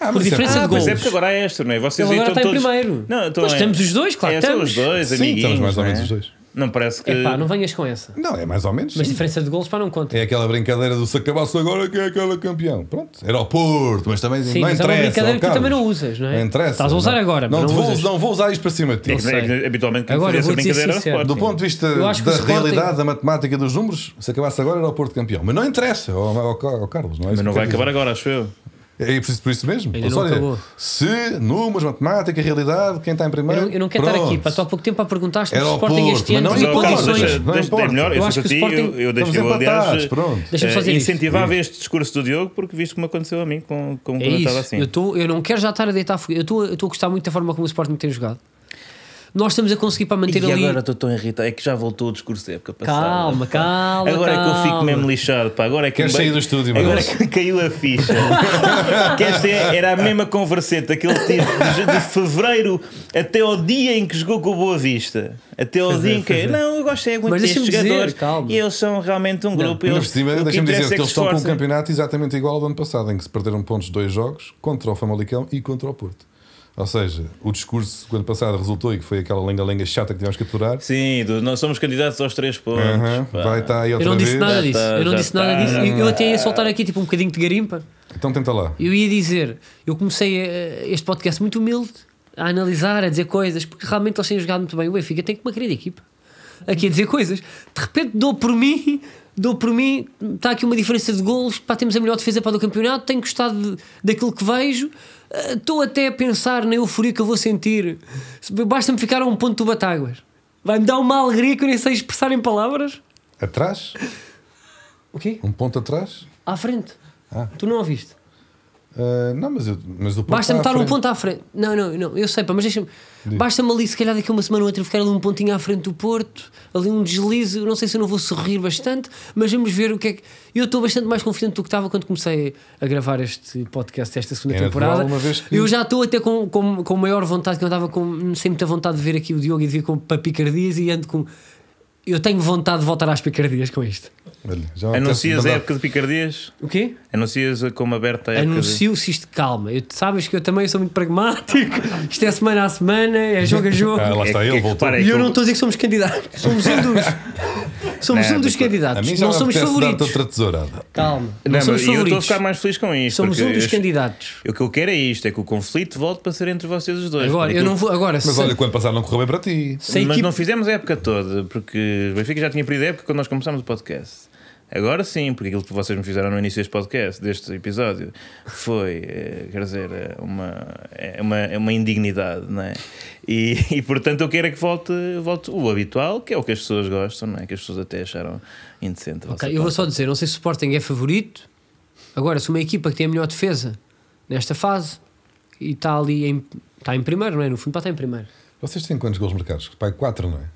Speaker 2: Ah,
Speaker 1: Por
Speaker 2: mas isso é
Speaker 1: diferença
Speaker 2: bom.
Speaker 1: de
Speaker 3: Ah, pois
Speaker 1: golos.
Speaker 3: é porque agora é esta, não é? Vocês
Speaker 1: Ele
Speaker 3: aí
Speaker 1: Então agora
Speaker 3: estão
Speaker 1: está em
Speaker 3: todos...
Speaker 1: primeiro.
Speaker 3: Não, estão
Speaker 1: Nós
Speaker 3: em-
Speaker 1: estamos os dois, claro,
Speaker 3: É, estão
Speaker 1: estamos.
Speaker 3: os dois,
Speaker 2: Sim,
Speaker 3: amiguinhos,
Speaker 2: estamos mais ou
Speaker 3: não é?
Speaker 2: menos os dois.
Speaker 3: Não parece que...
Speaker 1: É
Speaker 2: Eh,
Speaker 1: pá, não venhas com essa.
Speaker 2: Não, é mais ou menos.
Speaker 1: Mas
Speaker 2: sim.
Speaker 1: diferença de golos, pá, não conta.
Speaker 2: É aquela brincadeira do se acabasse agora quem é que era campeão. Pronto, era o Porto, mas também
Speaker 1: Sim,
Speaker 2: não
Speaker 1: mas é
Speaker 2: interessa.
Speaker 1: uma brincadeira
Speaker 2: ó,
Speaker 1: que tu
Speaker 2: Carlos.
Speaker 1: também não usas, não é?
Speaker 2: interessa.
Speaker 1: Estás a usar
Speaker 2: não.
Speaker 1: agora,
Speaker 2: não,
Speaker 1: mas não
Speaker 2: vou,
Speaker 1: usas.
Speaker 2: não vou usar isto para cima de ti.
Speaker 3: É que- é que
Speaker 1: sei.
Speaker 3: habitualmente quem
Speaker 1: Agora,
Speaker 3: fazia essa
Speaker 1: vou dizer
Speaker 3: brincadeira era o
Speaker 1: sincero.
Speaker 3: Sporting.
Speaker 2: Do ponto de vista
Speaker 1: Eu acho que
Speaker 2: da
Speaker 1: o Sporting-
Speaker 2: realidade, da matemática dos números, se acabasse agora era o Porto campeão. Mas não interessa ao, ao- ao Carlos, não é? isso
Speaker 3: Mas não
Speaker 2: que eu
Speaker 3: vai
Speaker 2: quero
Speaker 3: acabar agora, acho eu.
Speaker 2: dizer. É preciso por isso mesmo.
Speaker 1: Ainda
Speaker 2: Ou
Speaker 1: não
Speaker 2: seja,
Speaker 1: acabou.
Speaker 2: se números, matemática, realidade, quem está em
Speaker 1: Eu
Speaker 2: primeiro.
Speaker 1: não, eu não quero estar
Speaker 2: pronto.
Speaker 1: aqui, pá. Tu há pouco tempo a perguntaste-me
Speaker 2: Era
Speaker 1: se o
Speaker 2: ao
Speaker 1: Sporting
Speaker 2: Porto,
Speaker 1: este
Speaker 2: mas
Speaker 1: ano
Speaker 2: não
Speaker 1: tem
Speaker 2: importa.
Speaker 3: Carlos,
Speaker 1: condições.
Speaker 3: deixa,
Speaker 2: Não
Speaker 3: deixa, é
Speaker 2: importa.
Speaker 3: melhor, eu,
Speaker 1: Eu
Speaker 3: sou
Speaker 1: acho que o
Speaker 3: contigo,
Speaker 1: Sporting-
Speaker 3: eu, eu deixei, eu,
Speaker 2: Estamos empatados,
Speaker 3: aliás,
Speaker 2: pronto.
Speaker 1: Deixa-me
Speaker 3: eh,
Speaker 1: fazer isto.
Speaker 3: incentivava este discurso do Diogo porque viste como aconteceu a mim com, com
Speaker 1: É
Speaker 3: quando eu
Speaker 1: isso.
Speaker 3: estava assim.
Speaker 1: Eu, tô, eu não quero já estar a deitar fogo. Eu estou eu tô a gostar muito da forma como o Sporting tem jogado. Nós estamos a conseguir para manter
Speaker 3: E
Speaker 1: ali.
Speaker 3: agora estou tão irritado, é que já voltou o discurso da época passada.
Speaker 1: Calma,
Speaker 3: pá.
Speaker 1: calma,
Speaker 3: Agora é que eu
Speaker 1: calma.
Speaker 3: fico mesmo lixado, pá. Agora é que
Speaker 2: Queres
Speaker 3: me-
Speaker 2: sair do estúdio,
Speaker 3: Agora
Speaker 2: Manuel?
Speaker 3: é que caiu a ficha. que esta é- era a mesma converseta que ele teve de, de fevereiro até ao dia em que jogou com o Boa Vista. Até ao dia em que. Não, eu gosto é muito
Speaker 1: Mas
Speaker 3: destes
Speaker 1: deixa-me dizer,
Speaker 3: jogadores.
Speaker 1: calma.
Speaker 3: E eles são realmente um grupo.
Speaker 2: Ainda
Speaker 3: eles-
Speaker 2: por cima,
Speaker 3: o que
Speaker 2: Deixa-me
Speaker 3: interessa
Speaker 2: dizer que
Speaker 3: é
Speaker 2: eles estão com um
Speaker 3: se esforcem.
Speaker 2: campeonato exatamente igual ao do ano passado, em que se perderam pontos dois jogos contra o Famalicão e contra o Porto. Ou seja, o discurso que o ano passado resultou e que foi aquela lenga-lenga chata que tivemos que aturar,
Speaker 3: Sim, do- nós somos candidatos aos três pontos.
Speaker 2: aham,
Speaker 3: pá.
Speaker 2: vai estar aí outra
Speaker 1: Eu não disse
Speaker 2: vez.
Speaker 1: nada
Speaker 3: Já
Speaker 1: disso.
Speaker 3: tá,
Speaker 1: Eu não
Speaker 3: já
Speaker 1: disse nada
Speaker 3: tá.
Speaker 1: disso. Eu, eu até ia soltar aqui tipo um bocadinho de garimpa.
Speaker 2: Então tenta lá.
Speaker 1: Eu ia dizer, eu comecei eh, este podcast muito humilde a analisar, a dizer coisas, porque realmente eles têm jogado muito bem. O Benfica tem uma querida equipa aqui a dizer coisas. De repente dou por mim, dou por mim, está aqui uma diferença de golos, pá, temos a melhor defesa para do campeonato, tenho gostado de- daquilo que vejo, eh, estou até a pensar na euforia que eu vou sentir. Se- Basta-me ficar a um ponto do Batáguas. Vai-me dar uma alegria que eu nem sei expressar em palavras.
Speaker 2: Atrás?
Speaker 1: O quê?
Speaker 2: Um ponto atrás?
Speaker 1: À frente.
Speaker 2: Ah.
Speaker 1: Tu não ouviste?
Speaker 2: Ah, não, mas, eu, mas o ponto
Speaker 1: Basta-me
Speaker 2: está tá à
Speaker 1: estar um
Speaker 2: frente.
Speaker 1: ponto à frente. Não, não, não, eu sei, pá, mas deixa-me. Basta-me ali, se calhar daqui a uma semana ou outra, ficar ali um pontinho à frente do Porto, ali um deslize. Eu Não sei se eu não vou sorrir bastante, mas vamos ver o que é que. Eu estou bastante mais confiante do que estava quando comecei a gravar este podcast, esta segunda
Speaker 2: É natural,
Speaker 1: temporada.
Speaker 2: uma vez que-
Speaker 1: Eu já estou até com, com, com maior vontade, que eu andava com, sem muita vontade de ver aqui o Diogo e de vir com papicardias e ando com. Eu tenho vontade de voltar às picardias com isto.
Speaker 2: Olha, já
Speaker 3: Anuncias a
Speaker 2: apetece-me mandar-
Speaker 3: época de picardias?
Speaker 1: O quê?
Speaker 3: Anuncias como aberta
Speaker 2: É um
Speaker 3: a época de-
Speaker 1: Anuncio-se isto, calma. Eu, sabes que eu também sou muito pragmático. Isto é semana a semana, é jogo a jogo.
Speaker 2: Ah, lá
Speaker 3: É
Speaker 2: está,
Speaker 3: que-
Speaker 2: ele
Speaker 3: é que
Speaker 2: voltou.
Speaker 3: repara,
Speaker 1: E eu
Speaker 3: que
Speaker 1: não estou a dizer que somos candidatos. Somos um dos. Somos
Speaker 3: Não,
Speaker 1: um dos
Speaker 3: tipo,
Speaker 2: A mim
Speaker 1: candidatos.
Speaker 2: já
Speaker 1: Não
Speaker 2: me
Speaker 1: somos
Speaker 2: apetece dar-te
Speaker 1: favoritos.
Speaker 2: outra tesourada.
Speaker 1: Calma. Não,
Speaker 3: Não,
Speaker 1: somos
Speaker 3: mas eu estou a
Speaker 1: favoritos.
Speaker 3: ficar mais feliz com isto.
Speaker 1: Somos
Speaker 3: porque
Speaker 1: um dos
Speaker 3: eu-
Speaker 1: candidatos.
Speaker 3: O que eu quero é isto, é que o conflito volte para ser entre vocês os dois.
Speaker 1: Agora,
Speaker 3: porque
Speaker 1: eu não
Speaker 3: aquilo-
Speaker 1: vou. Agora,
Speaker 2: Mas
Speaker 1: se,
Speaker 2: olha, quando passar não correu bem para ti.
Speaker 1: se a
Speaker 3: Mas
Speaker 1: equipe-
Speaker 3: não fizemos a época toda, porque o Benfica já tinha perdido a época quando nós começámos o podcast. Agora sim, porque aquilo que vocês me fizeram no início deste podcast, deste episódio, foi, eh, quer dizer, eh, uma, é uma, é uma indignidade, não é? E, e, portanto eu quero é que volte, volte o habitual, que é o que as pessoas gostam, não é? Que as pessoas até acharam indecente. a vossa
Speaker 1: Ok, eu vou só dizer, não sei se o Sporting é favorito. Agora, se uma equipa que tem a melhor defesa nesta fase e está ali em. Está em primeiro, não é? No fundo, pá, está em primeiro.
Speaker 2: Vocês têm quantos gols marcados? Pai, 4, não é?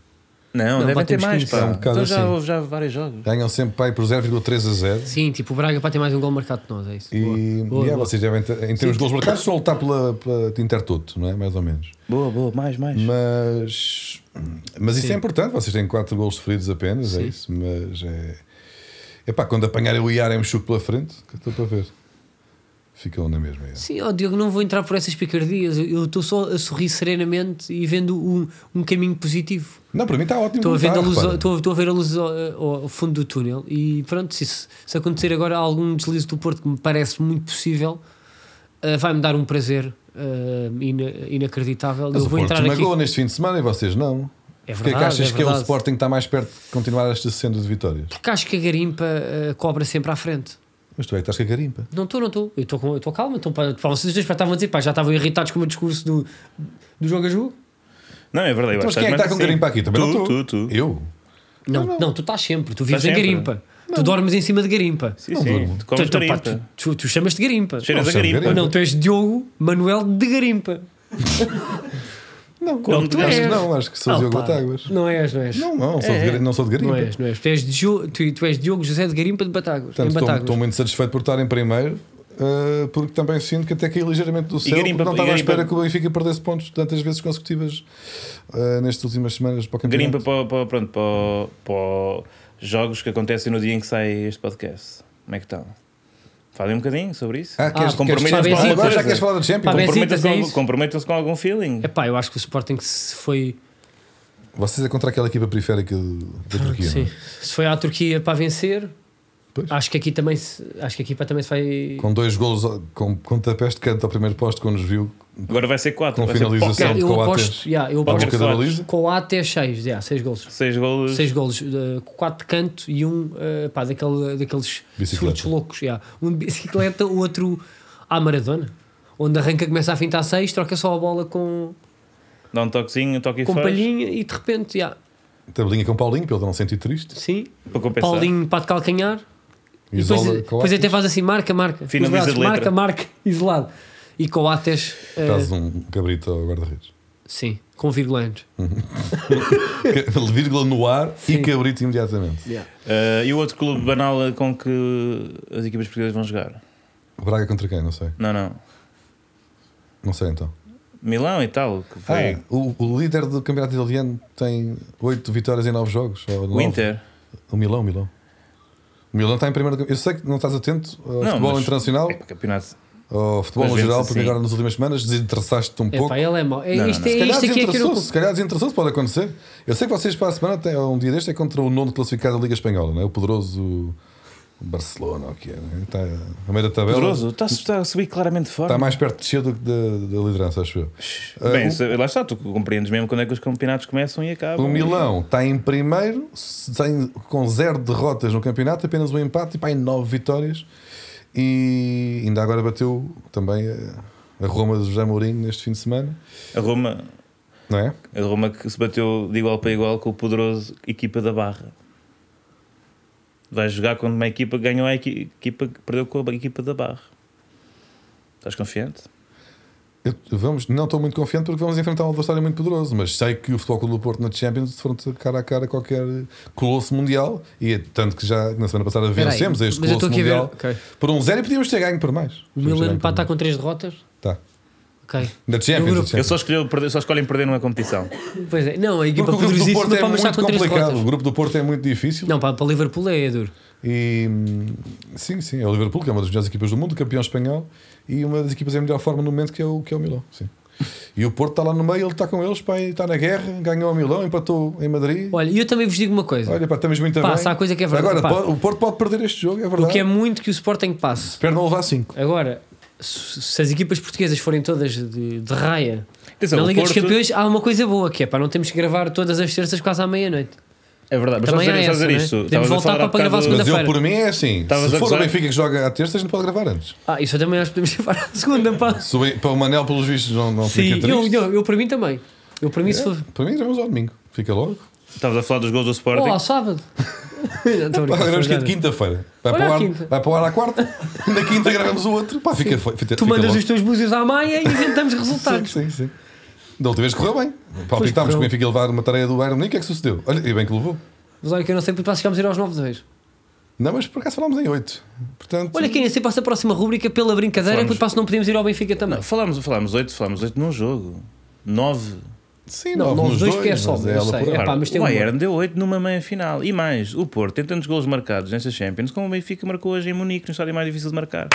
Speaker 3: Não,
Speaker 1: Não,
Speaker 3: devem ter
Speaker 1: batemos
Speaker 3: mais,
Speaker 1: 15.
Speaker 3: pá.
Speaker 2: É um bocado
Speaker 3: então já
Speaker 2: assim.
Speaker 3: houve já vários jogos.
Speaker 2: Ganham sempre pai por 0,3 a 0.
Speaker 1: Sim, tipo, o Braga pá, tem mais um gol marcado que nós, é isso.
Speaker 2: E
Speaker 1: Boa. Boa,
Speaker 2: yeah,
Speaker 1: boa.
Speaker 2: vocês devem ter, em termos de gols marcados, só lutar pela, pela Intertoto, não é? Mais ou menos.
Speaker 3: Boa, boa, mais, mais.
Speaker 2: Mas, mas isso é importante, vocês têm 4 gols sofridos apenas, é isso. Mas é. Epá, quando apanhar o Iar é Mexuco pela frente, que estou para ver. Ficou na mesma. Yeah.
Speaker 1: Sim, ó Diogo, não vou entrar por essas picardias. Eu estou só a sorrir serenamente e vendo um, um caminho positivo.
Speaker 2: Não, para mim está ótimo.
Speaker 1: Estou a, ver
Speaker 2: tá,
Speaker 1: a luz,
Speaker 2: repara.
Speaker 1: ao- estou, a- estou a ver a luz ao, ao- ao fundo do túnel e pronto, se, isso- se acontecer agora algum deslize do Porto que me parece muito possível, ah, vai-me dar um prazer ah, ina- inacreditável.
Speaker 2: Mas
Speaker 1: eu
Speaker 2: o
Speaker 1: vou
Speaker 2: Porto
Speaker 1: entrar aqui.
Speaker 2: esmagou neste fim de semana e vocês não.
Speaker 1: É
Speaker 2: Porquê é que
Speaker 1: verdade,
Speaker 2: achas
Speaker 1: é
Speaker 2: que é o
Speaker 1: verdade.
Speaker 2: Sporting que está mais perto de continuar esta sendo de vitórias?
Speaker 1: Porque acho que a garimpa ah, cobra sempre à frente.
Speaker 2: Mas tu é que estás com a garimpa.
Speaker 1: Não estou, não estou. Eu estou com- eu estou calmo. Então, pá, pá, vocês dois pá, estavam a dizer, pá, já estavam irritados com o meu discurso do, do jogo a jogo.
Speaker 3: Não, é verdade. eu
Speaker 2: Mas
Speaker 3: acho
Speaker 2: quem é que está
Speaker 3: mais
Speaker 2: com
Speaker 3: assim.
Speaker 2: garimpa aqui? Também
Speaker 3: tu,
Speaker 2: não tu.
Speaker 3: Tu, tu.
Speaker 2: Eu?
Speaker 1: Não,
Speaker 2: Não,
Speaker 1: não, tu estás sempre, tu vives
Speaker 3: Estás
Speaker 1: em
Speaker 3: sempre. é?
Speaker 1: garimpa. Tu dormes em cima de garimpa.
Speaker 3: Sim,
Speaker 2: Não
Speaker 3: sim.
Speaker 2: durmo.
Speaker 3: Tu comes
Speaker 1: Então, pá,
Speaker 3: garimpa.
Speaker 1: tu, tu, tu chamas de garimpa.
Speaker 3: Cheiras
Speaker 2: Não,
Speaker 3: a
Speaker 2: chamo de
Speaker 3: garimpa.
Speaker 2: garimpa.
Speaker 1: Não, tu és Diogo Manuel de Garimpa.
Speaker 2: Não,
Speaker 3: Como tu
Speaker 2: acho que
Speaker 1: és.
Speaker 2: não, acho que sou
Speaker 1: Oh,
Speaker 2: Diogo
Speaker 1: pá,
Speaker 2: Batáguas.
Speaker 1: Não és, não és.
Speaker 2: Não, não, sou de gari- não sou de
Speaker 1: Não
Speaker 2: garimpa.
Speaker 1: és, não és. Tu és, Diogo, tu, tu és Diogo José de Garimpa de Batáguas.
Speaker 2: Portanto,
Speaker 1: em
Speaker 2: estou-
Speaker 1: Batáguas.
Speaker 2: estou muito satisfeito por estar em primeiro, eh, porque também sinto que até caí ligeiramente do céu. porque
Speaker 3: Garimpa-
Speaker 2: não estava
Speaker 3: e
Speaker 2: à
Speaker 3: Garimpa-
Speaker 2: espera que o Benfica perdesse pontos tantas vezes consecutivas eh, nestas últimas semanas para o campeonato.
Speaker 3: Garimpa para, para, pronto, para, para jogos que acontecem no dia em que sai este podcast. Como é que estão? Falem um bocadinho sobre isso.
Speaker 2: Ah, queres,
Speaker 1: Ah,
Speaker 2: queres
Speaker 3: comprometo-
Speaker 2: falar-
Speaker 1: Pá, Benfica.
Speaker 2: agora já queres falar da Champions?
Speaker 1: Pá, Benfica.
Speaker 3: Comprometam-se com,
Speaker 1: Benzita, é
Speaker 3: algum-
Speaker 1: isso? É-
Speaker 3: comprometam-se com algum feeling.
Speaker 1: Epá, eu acho que o Sporting se foi.
Speaker 2: Vocês é contra aquela equipa periférica do- da Turquia.
Speaker 1: Sim,
Speaker 2: não é?
Speaker 1: se foi à Turquia para vencer,
Speaker 2: Pois.
Speaker 1: acho que aqui também se, acho que aqui pá, também se vai.
Speaker 2: Com dois golos, com, com tapés de canto ao primeiro posto, quando nos viu,
Speaker 3: Agora vai ser 4.
Speaker 2: Com
Speaker 3: vai ser
Speaker 2: finalização.
Speaker 3: pocket.
Speaker 1: Cara, eu
Speaker 2: com o
Speaker 1: aposto,
Speaker 2: Ates.
Speaker 1: yeah, eu
Speaker 2: à
Speaker 3: Poker
Speaker 1: aposto
Speaker 2: boca da
Speaker 3: slots.
Speaker 2: baliza.
Speaker 1: com até 6, yeah, 6 golos.
Speaker 3: um. Seis golos.
Speaker 1: 6 golos, 4 de canto e um eh, pá, daquele, daqueles
Speaker 2: Bicicleta.
Speaker 1: surtos loucos. yeah. Um de bicicleta, o outro à Maradona, onde arranca, começa a fintar 6, troca só a bola com,
Speaker 3: Dá um toquezinho, um toque e
Speaker 1: com
Speaker 3: faz.
Speaker 1: palhinha e de repente, yeah,
Speaker 2: tabelinha com Paulinho, para ele não se sentir triste.
Speaker 1: sim,
Speaker 3: Para compensar.
Speaker 1: Paulinho para de calcanhar, e depois,
Speaker 2: Isola,
Speaker 1: depois até
Speaker 2: Coates,
Speaker 1: faz assim, marca, marca,
Speaker 3: Finaliza
Speaker 1: isolados,
Speaker 3: de letra.
Speaker 1: marca, marca, isolado. E com ates, eh,
Speaker 2: traz um cabrito ao guarda-redes.
Speaker 1: sim, com virgulantes.
Speaker 2: Que- Vírgula no ar e
Speaker 1: Sim.
Speaker 2: cabrito imediatamente.
Speaker 1: Yeah.
Speaker 3: Eh, e o outro clube banal com que as equipas portuguesas vão jogar?
Speaker 2: O Braga contra quem? Não sei.
Speaker 3: Não, não.
Speaker 2: Não sei então.
Speaker 3: Milão e tal. Que
Speaker 2: Ah,
Speaker 3: foi
Speaker 2: o, o líder do campeonato italiano tem 8 vitórias em 9 jogos. ou
Speaker 3: o
Speaker 2: nove.
Speaker 3: Inter.
Speaker 2: O Milão, o Milão. O Milão está em primeiro. do campe- Eu sei que não estás atento ao
Speaker 3: Não,
Speaker 2: futebol
Speaker 3: mas-
Speaker 2: internacional,
Speaker 3: É, para campeonato.
Speaker 2: ao futebol
Speaker 3: Mas
Speaker 2: no geral,
Speaker 3: vence
Speaker 2: porque
Speaker 3: assim.
Speaker 2: agora nas últimas semanas desinteressaste-te um
Speaker 1: É
Speaker 2: pouco.
Speaker 1: pá, ele é mau. É,
Speaker 3: Não, não,
Speaker 1: isto
Speaker 3: não.
Speaker 1: é
Speaker 2: Se calhar
Speaker 1: isto aqui é que eu não
Speaker 2: desinteressou-se, se calhar desinteressou-se, pode acontecer. Eu sei que vocês para a semana, têm, ou um dia deste, é contra o nono classificado da Liga Espanhola, não é? o poderoso Barcelona, ou o que é? não é? Está a meio da tabela.
Speaker 3: Poderoso. Está, a- está Tá a subir claramente fora.
Speaker 2: Está Tá mais perto de descer do que da, da liderança, acho eu.
Speaker 3: Bem,
Speaker 2: Ah, o-
Speaker 3: se- lá está, tu compreendes mesmo quando é que os campeonatos começam e
Speaker 1: Tá
Speaker 3: acabam.
Speaker 2: O Milão está em primeiro, sem- com zero derrotas no campeonato, apenas um empate e pá, em nove vitórias. E ainda agora bateu também a, a Roma do José Mourinho neste fim de semana,
Speaker 3: A Roma,
Speaker 2: não é?
Speaker 3: a Roma que se bateu de igual para igual com o poderoso equipa da Barra. Vai jogar contra uma equipa que ganhou a equi- equipa que perdeu com a equipa da Barra. Estás confiante?
Speaker 2: Eu- vamos, não estou muito confiante porque vamos enfrentar um adversário muito poderoso, mas sei que o Futebol Clube do Porto na Champions se fronte cara a cara a qualquer colosso mundial, e é tanto que já na semana passada
Speaker 1: Espera aí,
Speaker 2: vencemos este
Speaker 1: mas eu
Speaker 2: colosso
Speaker 1: estou aqui a ver-
Speaker 2: mundial
Speaker 1: ok.
Speaker 2: por um zero e podíamos ter ganho por mais.
Speaker 1: O Milan pá,
Speaker 2: é
Speaker 1: está com 3 derrotas.
Speaker 2: Tá.
Speaker 1: Ok.
Speaker 2: Na Champions,
Speaker 1: No
Speaker 2: na
Speaker 1: grupo.
Speaker 3: Eu
Speaker 2: Champions.
Speaker 3: só, escolhi perder, só escolhem perder numa competição.
Speaker 1: Pois é, não, a
Speaker 2: Porque
Speaker 1: equipa
Speaker 2: o grupo do
Speaker 1: poderosíssima
Speaker 2: Porto é
Speaker 1: para marchar
Speaker 2: muito
Speaker 1: com três
Speaker 2: complicado. O
Speaker 1: derrotas.
Speaker 2: grupo do Porto é muito difícil.
Speaker 1: Não, para, para Liverpool é, é duro.
Speaker 2: E hum, sim, sim, é o Liverpool, que é uma das melhores equipas do mundo, campeão espanhol, e uma das equipas em melhor forma no momento que é o, que é o Milão. Sim. E o Porto está lá no meio, ele está com eles, pá, e está na guerra, ganhou ao Milão, empatou em Madrid.
Speaker 1: Olha, e eu também vos digo uma coisa.
Speaker 2: Olha, pá, estamos muito
Speaker 1: Pá,
Speaker 2: bem.
Speaker 1: se há coisa que é verdade,
Speaker 2: Agora,
Speaker 1: pá.
Speaker 2: pode- o Porto pode perder este jogo, é
Speaker 1: eu
Speaker 2: verdade.
Speaker 1: quero muito que o Sporting passe.
Speaker 2: Espero não levar 5.
Speaker 1: Agora, se se as equipas portuguesas forem todas de, de raia
Speaker 3: Atenção,
Speaker 1: na
Speaker 3: o
Speaker 1: Liga dos
Speaker 3: Porto-
Speaker 1: Campeões, há uma coisa boa que é para não temos que gravar todas as terças quase à meia-noite.
Speaker 3: É verdade, mas
Speaker 1: Também
Speaker 3: estás
Speaker 1: há
Speaker 3: a dizer- estás
Speaker 1: essa,
Speaker 3: a dizer
Speaker 1: né?
Speaker 3: isto.
Speaker 1: Podemos
Speaker 3: Estavas a
Speaker 1: voltar para
Speaker 3: falar há
Speaker 1: gravar
Speaker 3: bocado-
Speaker 1: segunda-
Speaker 2: Mas eu,
Speaker 1: Segunda-feira.
Speaker 2: por mim, é assim.
Speaker 3: Estavas
Speaker 2: Se
Speaker 3: a
Speaker 2: for o
Speaker 3: gozar?
Speaker 2: Benfica que joga à terça, a gente pode gravar antes.
Speaker 1: Ah, isso eu também acho que podemos levar à segunda, pá.
Speaker 2: Se o- Para o Manel, pelos vistos, não, não
Speaker 1: Sim,
Speaker 2: fica
Speaker 1: eu,
Speaker 2: triste.
Speaker 1: eu, eu para mim também. Eu para mim, se for.
Speaker 2: Para mim, gravamos ao domingo. Fica logo.
Speaker 3: Estavas a falar dos gols do
Speaker 1: Ou
Speaker 3: Sporting.
Speaker 1: ao sábado. Não, estou a brincar,
Speaker 2: Pá, gravamos
Speaker 1: estou a
Speaker 2: quinta-
Speaker 1: brincar.
Speaker 2: quinta-feira.
Speaker 1: Olha
Speaker 2: Vai, para o
Speaker 1: a
Speaker 2: ar-
Speaker 1: quinta.
Speaker 2: vai para o ar à quarta. Na quinta gravamos o outro. Pá, fica, fi- fica,
Speaker 1: Tu
Speaker 2: fica
Speaker 1: mandas
Speaker 2: logo.
Speaker 1: os teus búzios à Maia e inventamos resultados.
Speaker 2: Sim, sim, sim. Da última vez correu bem. Palpitámos que o
Speaker 1: correu.
Speaker 2: Benfica ia levar uma tareia do Bayern Munique. O que é que sucedeu? Olha, e bem que levou.
Speaker 1: Mas olha que eu não sei porque nós chegámos a ir aos 9 de vez.
Speaker 2: Não, mas por acaso falámos em 8. Portanto,
Speaker 1: Olha quem é sempre passa a próxima rúbrica pela brincadeira,
Speaker 3: Falamos-
Speaker 1: porque passa não podíamos ir ao Benfica também.
Speaker 3: Não, falámos, falámos 8, falámos 8 num jogo. 9.
Speaker 2: sim,
Speaker 1: Não,
Speaker 2: nove
Speaker 1: nove,
Speaker 2: nos
Speaker 1: dois
Speaker 2: dois,
Speaker 1: que é só,
Speaker 2: mas
Speaker 1: eu
Speaker 2: ela
Speaker 1: sei.
Speaker 2: por
Speaker 1: É
Speaker 2: lá.
Speaker 1: pá, mas tem
Speaker 3: o
Speaker 1: um-
Speaker 3: Bayern deu 8 numa meia final. E mais, o Porto tem tantos golos marcados nesta Champions como o Benfica marcou hoje em Munique, no estádio mais difícil de marcar.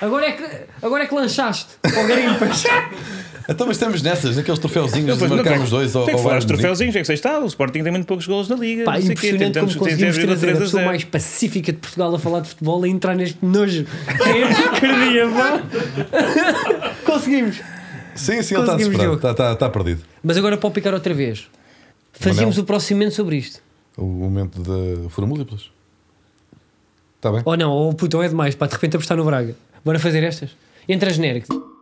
Speaker 1: Agora é que, agora é que lanchaste. Ó garimpas.
Speaker 2: Então, mas estamos nessas, naqueles troféuzinhos de
Speaker 3: Não,
Speaker 2: marcar
Speaker 3: tem-
Speaker 2: os dois ou
Speaker 3: Tem que
Speaker 2: ou
Speaker 3: falar
Speaker 2: vários
Speaker 3: os
Speaker 2: minutos.
Speaker 3: troféuzinhos, é que sei está. O Sporting tem muito poucos golos na liga.
Speaker 1: Pá,
Speaker 3: não sei o quê,
Speaker 1: impressionante
Speaker 3: tentamos-
Speaker 1: como conseguimos
Speaker 3: tentamos
Speaker 1: trazer a
Speaker 3: 0,3
Speaker 1: pessoa
Speaker 3: zero.
Speaker 1: mais pacífica de Portugal a falar de futebol a entrar neste nojo. É porcaria, pá. Conseguimos.
Speaker 2: Sim, sim, ele está
Speaker 1: Conseguimos,
Speaker 2: desesperado.
Speaker 1: Diogo.
Speaker 2: Está, está, está perdido.
Speaker 1: Mas agora para o picar outra vez. Fazíamos o próximo momento sobre isto.
Speaker 2: O momento de foram múltiplas. Está bem?
Speaker 1: Ou não, ou puto, ou é demais, pá, de repente apostar no Braga. Bora fazer estas? Entra genérico.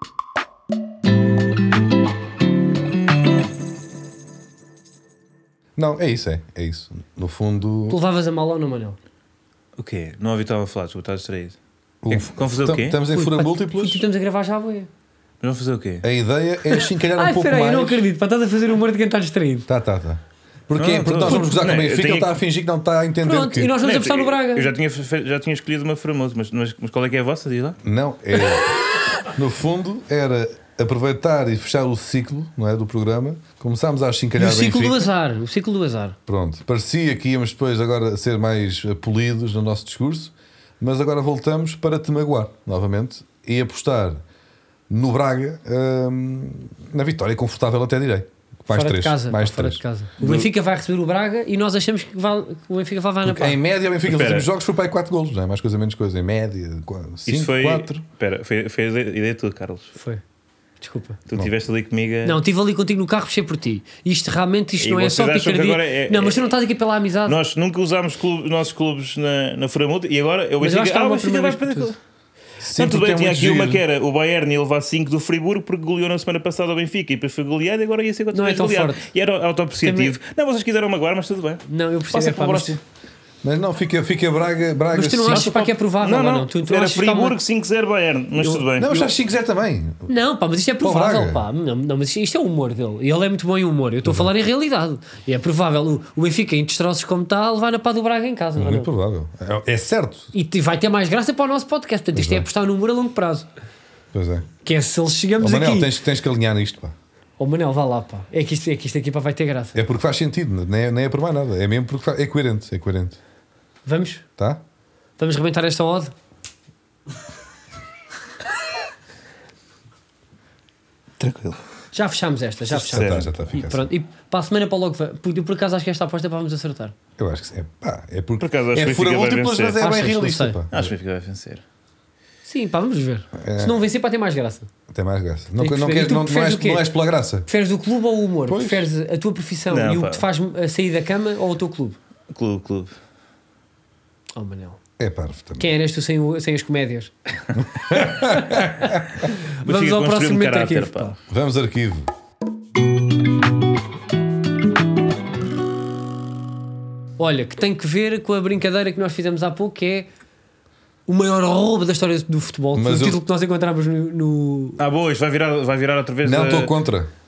Speaker 2: Não, é isso, é. É isso. No fundo.
Speaker 1: Tu levavas a mal ou não, Manel?
Speaker 3: O quê? Não ouvi o que estava a falar, desculpa, estás distraído. É que- Vão fazer o
Speaker 2: Tam-
Speaker 3: quê?
Speaker 2: Estamos em
Speaker 1: Puto,
Speaker 2: fura
Speaker 1: pá,
Speaker 2: múltiplas.
Speaker 1: puto, Estamos a gravar já a boia.
Speaker 3: Mas vão fazer o quê?
Speaker 2: A ideia é chincalhar um
Speaker 1: Ai,
Speaker 2: pouco
Speaker 1: espera aí, eu não
Speaker 2: mais.
Speaker 1: acredito, pá, estás a fazer humor de quem está distraído.
Speaker 2: Tá, tá, tá. Porquê?
Speaker 3: Não,
Speaker 2: Porque nós
Speaker 3: pronto.
Speaker 2: vamos gozar com o
Speaker 3: Não, eu
Speaker 2: Benfica,
Speaker 3: tenho
Speaker 2: ele está
Speaker 3: que-
Speaker 2: a fingir que não está a entender
Speaker 1: Pronto,
Speaker 2: que.
Speaker 1: e nós vamos
Speaker 3: Não,
Speaker 1: apostar no
Speaker 3: eu-
Speaker 1: Braga.
Speaker 3: Eu já tinha, fe- já tinha escolhido uma fora múltipla, mas, mas, mas qual é que é a vossa? Diz lá.
Speaker 2: Não, é. No fundo, era aproveitar e fechar o ciclo não é, do programa. Começámos a
Speaker 1: E
Speaker 2: chincalhar
Speaker 1: o ciclo do
Speaker 2: Benfica.
Speaker 1: azar, o ciclo do azar.
Speaker 2: Pronto, parecia que íamos depois agora ser mais eh, polidos no nosso discurso, mas agora voltamos para te magoar novamente e apostar no Braga hum, na vitória confortável até direi. Mais
Speaker 1: fora
Speaker 2: três.
Speaker 1: de casa.
Speaker 2: mais
Speaker 1: pá, fora
Speaker 2: três.
Speaker 1: de casa. O Benfica vai receber o Braga e nós achamos que, vai- que o Benfica vai levar na pá.
Speaker 2: Em média, o Benfica nos
Speaker 3: Espera.
Speaker 2: últimos jogos foi para aí 4 golos, não é? Mais coisa, menos coisa. Em média, 5,
Speaker 3: Isto foi.
Speaker 2: 4.
Speaker 3: Espera, foi, foi a ideia tua, Carlos.
Speaker 1: Foi. Desculpa.
Speaker 3: Tu estiveste ali comigo. a-
Speaker 1: Não, estive ali contigo no carro, puxei por ti. Isto realmente isto
Speaker 3: É. E
Speaker 1: não é só
Speaker 3: vocês acham que
Speaker 1: picardia.
Speaker 3: agora é-
Speaker 1: não, mas
Speaker 3: é-
Speaker 1: tu não estás aqui pela amizade.
Speaker 3: Nós nunca usámos clube- os nossos clubes na, na fura múltipla e agora eu
Speaker 1: Mas eu acho que
Speaker 3: ah,
Speaker 1: há
Speaker 3: o
Speaker 1: uma
Speaker 3: Benfica
Speaker 1: primeira
Speaker 3: vai
Speaker 1: vez
Speaker 3: perder.
Speaker 1: por tudo.
Speaker 2: Sim,
Speaker 3: Não, tudo
Speaker 2: porque
Speaker 3: bem,
Speaker 2: é
Speaker 1: um
Speaker 3: tinha
Speaker 2: muito
Speaker 3: aqui uma
Speaker 2: giro.
Speaker 3: que era o Bayern ia levar 5 do Friburgo porque goleou na semana passada ao Benfica e depois foi goleado e agora ia ser contra
Speaker 1: Não é tão
Speaker 3: goleado.
Speaker 1: forte.
Speaker 3: E era autopositivo. Não, vocês quiseram magoar, mas tudo bem.
Speaker 1: Não, eu percebo.
Speaker 3: Passa
Speaker 1: é
Speaker 3: para
Speaker 1: pá,
Speaker 3: o
Speaker 1: mas,
Speaker 3: próximo.
Speaker 2: Mas não, fica, fica Braga, Braga
Speaker 1: mas tu não
Speaker 2: cinco.
Speaker 1: achas pá, que é provável?
Speaker 3: Não,
Speaker 1: ou
Speaker 3: não,
Speaker 1: Tu, tu
Speaker 3: era
Speaker 1: achas que tá há uma-
Speaker 3: Friburgo 5-0 Bayern, mas tudo bem.
Speaker 2: Não, mas estás 5-0 também.
Speaker 1: Não, pá, mas isto é provável,
Speaker 2: Braga.
Speaker 1: pá. Não, não, mas isto- isto é o humor dele. E ele é muito bom em humor. Eu estou a falar em realidade. E é provável. O, o Benfica, em destroços como está, a levar na pá do Braga em casa. não é?
Speaker 2: Muito provável. É, é certo.
Speaker 1: E te- vai ter mais graça para o nosso podcast. Portanto, isto é
Speaker 2: é.
Speaker 1: apostar no humor a longo prazo.
Speaker 2: Pois é.
Speaker 1: Que é se eles
Speaker 2: Ó,
Speaker 1: chegamos
Speaker 2: Manel,
Speaker 1: aqui.
Speaker 2: tens, tens que alinhar isto, pá.
Speaker 1: Ó Manel, vá lá, pá. É que isto, é que isto aqui pá, vai ter graça.
Speaker 2: É porque faz sentido, nem é, nem é por mais nada. É mesmo porque fa- é coerente, é coerente.
Speaker 1: Vamos?
Speaker 2: Tá?
Speaker 1: Vamos rebentar esta ode?
Speaker 3: Tranquilo.
Speaker 1: Já fechámos esta, já
Speaker 2: Já está,
Speaker 1: fechámos.
Speaker 2: já tá, assim. está a
Speaker 1: E,
Speaker 2: ficar.
Speaker 1: pronto, e para a semana para logo. vai- Eu por acaso acho que esta aposta é para vamos acertar.
Speaker 2: assim. Eu acho que sim. É, pá, é porque
Speaker 3: Por acaso, acho que
Speaker 2: é
Speaker 3: o Benfica
Speaker 2: fura
Speaker 3: vai
Speaker 2: múltiplas,
Speaker 3: vencer.
Speaker 2: mas é
Speaker 1: Achas?
Speaker 2: bem
Speaker 1: Não
Speaker 2: realista,
Speaker 1: sei.
Speaker 2: pá.
Speaker 3: Acho que o Benfica vai vencer.
Speaker 1: Sim, pá, vamos ver.
Speaker 2: É.
Speaker 1: Se não vencer, para ter mais graça.
Speaker 2: Tem mais graça. Não,
Speaker 1: Tem que
Speaker 2: não,
Speaker 1: perceber.
Speaker 2: queres,
Speaker 1: E tu
Speaker 2: não, não,
Speaker 1: preferes
Speaker 2: és,
Speaker 1: o quê?
Speaker 2: não és pela graça.
Speaker 1: Preferes o clube ou o humor?
Speaker 2: Pois.
Speaker 1: Preferes a tua profissão
Speaker 3: Não,
Speaker 1: e o
Speaker 3: pá.
Speaker 1: que te faz a sair da cama ou o teu clube?
Speaker 3: Clube, clube.
Speaker 1: Oh Manel.
Speaker 2: É parvo também.
Speaker 1: Quem eras tu sem, o- sem as comédias? vamos
Speaker 3: Benfica
Speaker 1: ao
Speaker 3: construiu
Speaker 1: próximo
Speaker 3: um
Speaker 1: momento
Speaker 3: caráter,
Speaker 1: aqui.
Speaker 3: pá.
Speaker 2: Vamos, arquivo.
Speaker 1: Olha, que tem que ver com a brincadeira que nós fizemos há pouco, que é o maior roubo da história do futebol. que
Speaker 2: Mas
Speaker 1: foi o
Speaker 2: eu-
Speaker 1: título que nós encontramos no. no-
Speaker 3: Ah, boa, isto vai virar, vai virar outra vez.
Speaker 2: Não,
Speaker 3: a-
Speaker 2: estou contra.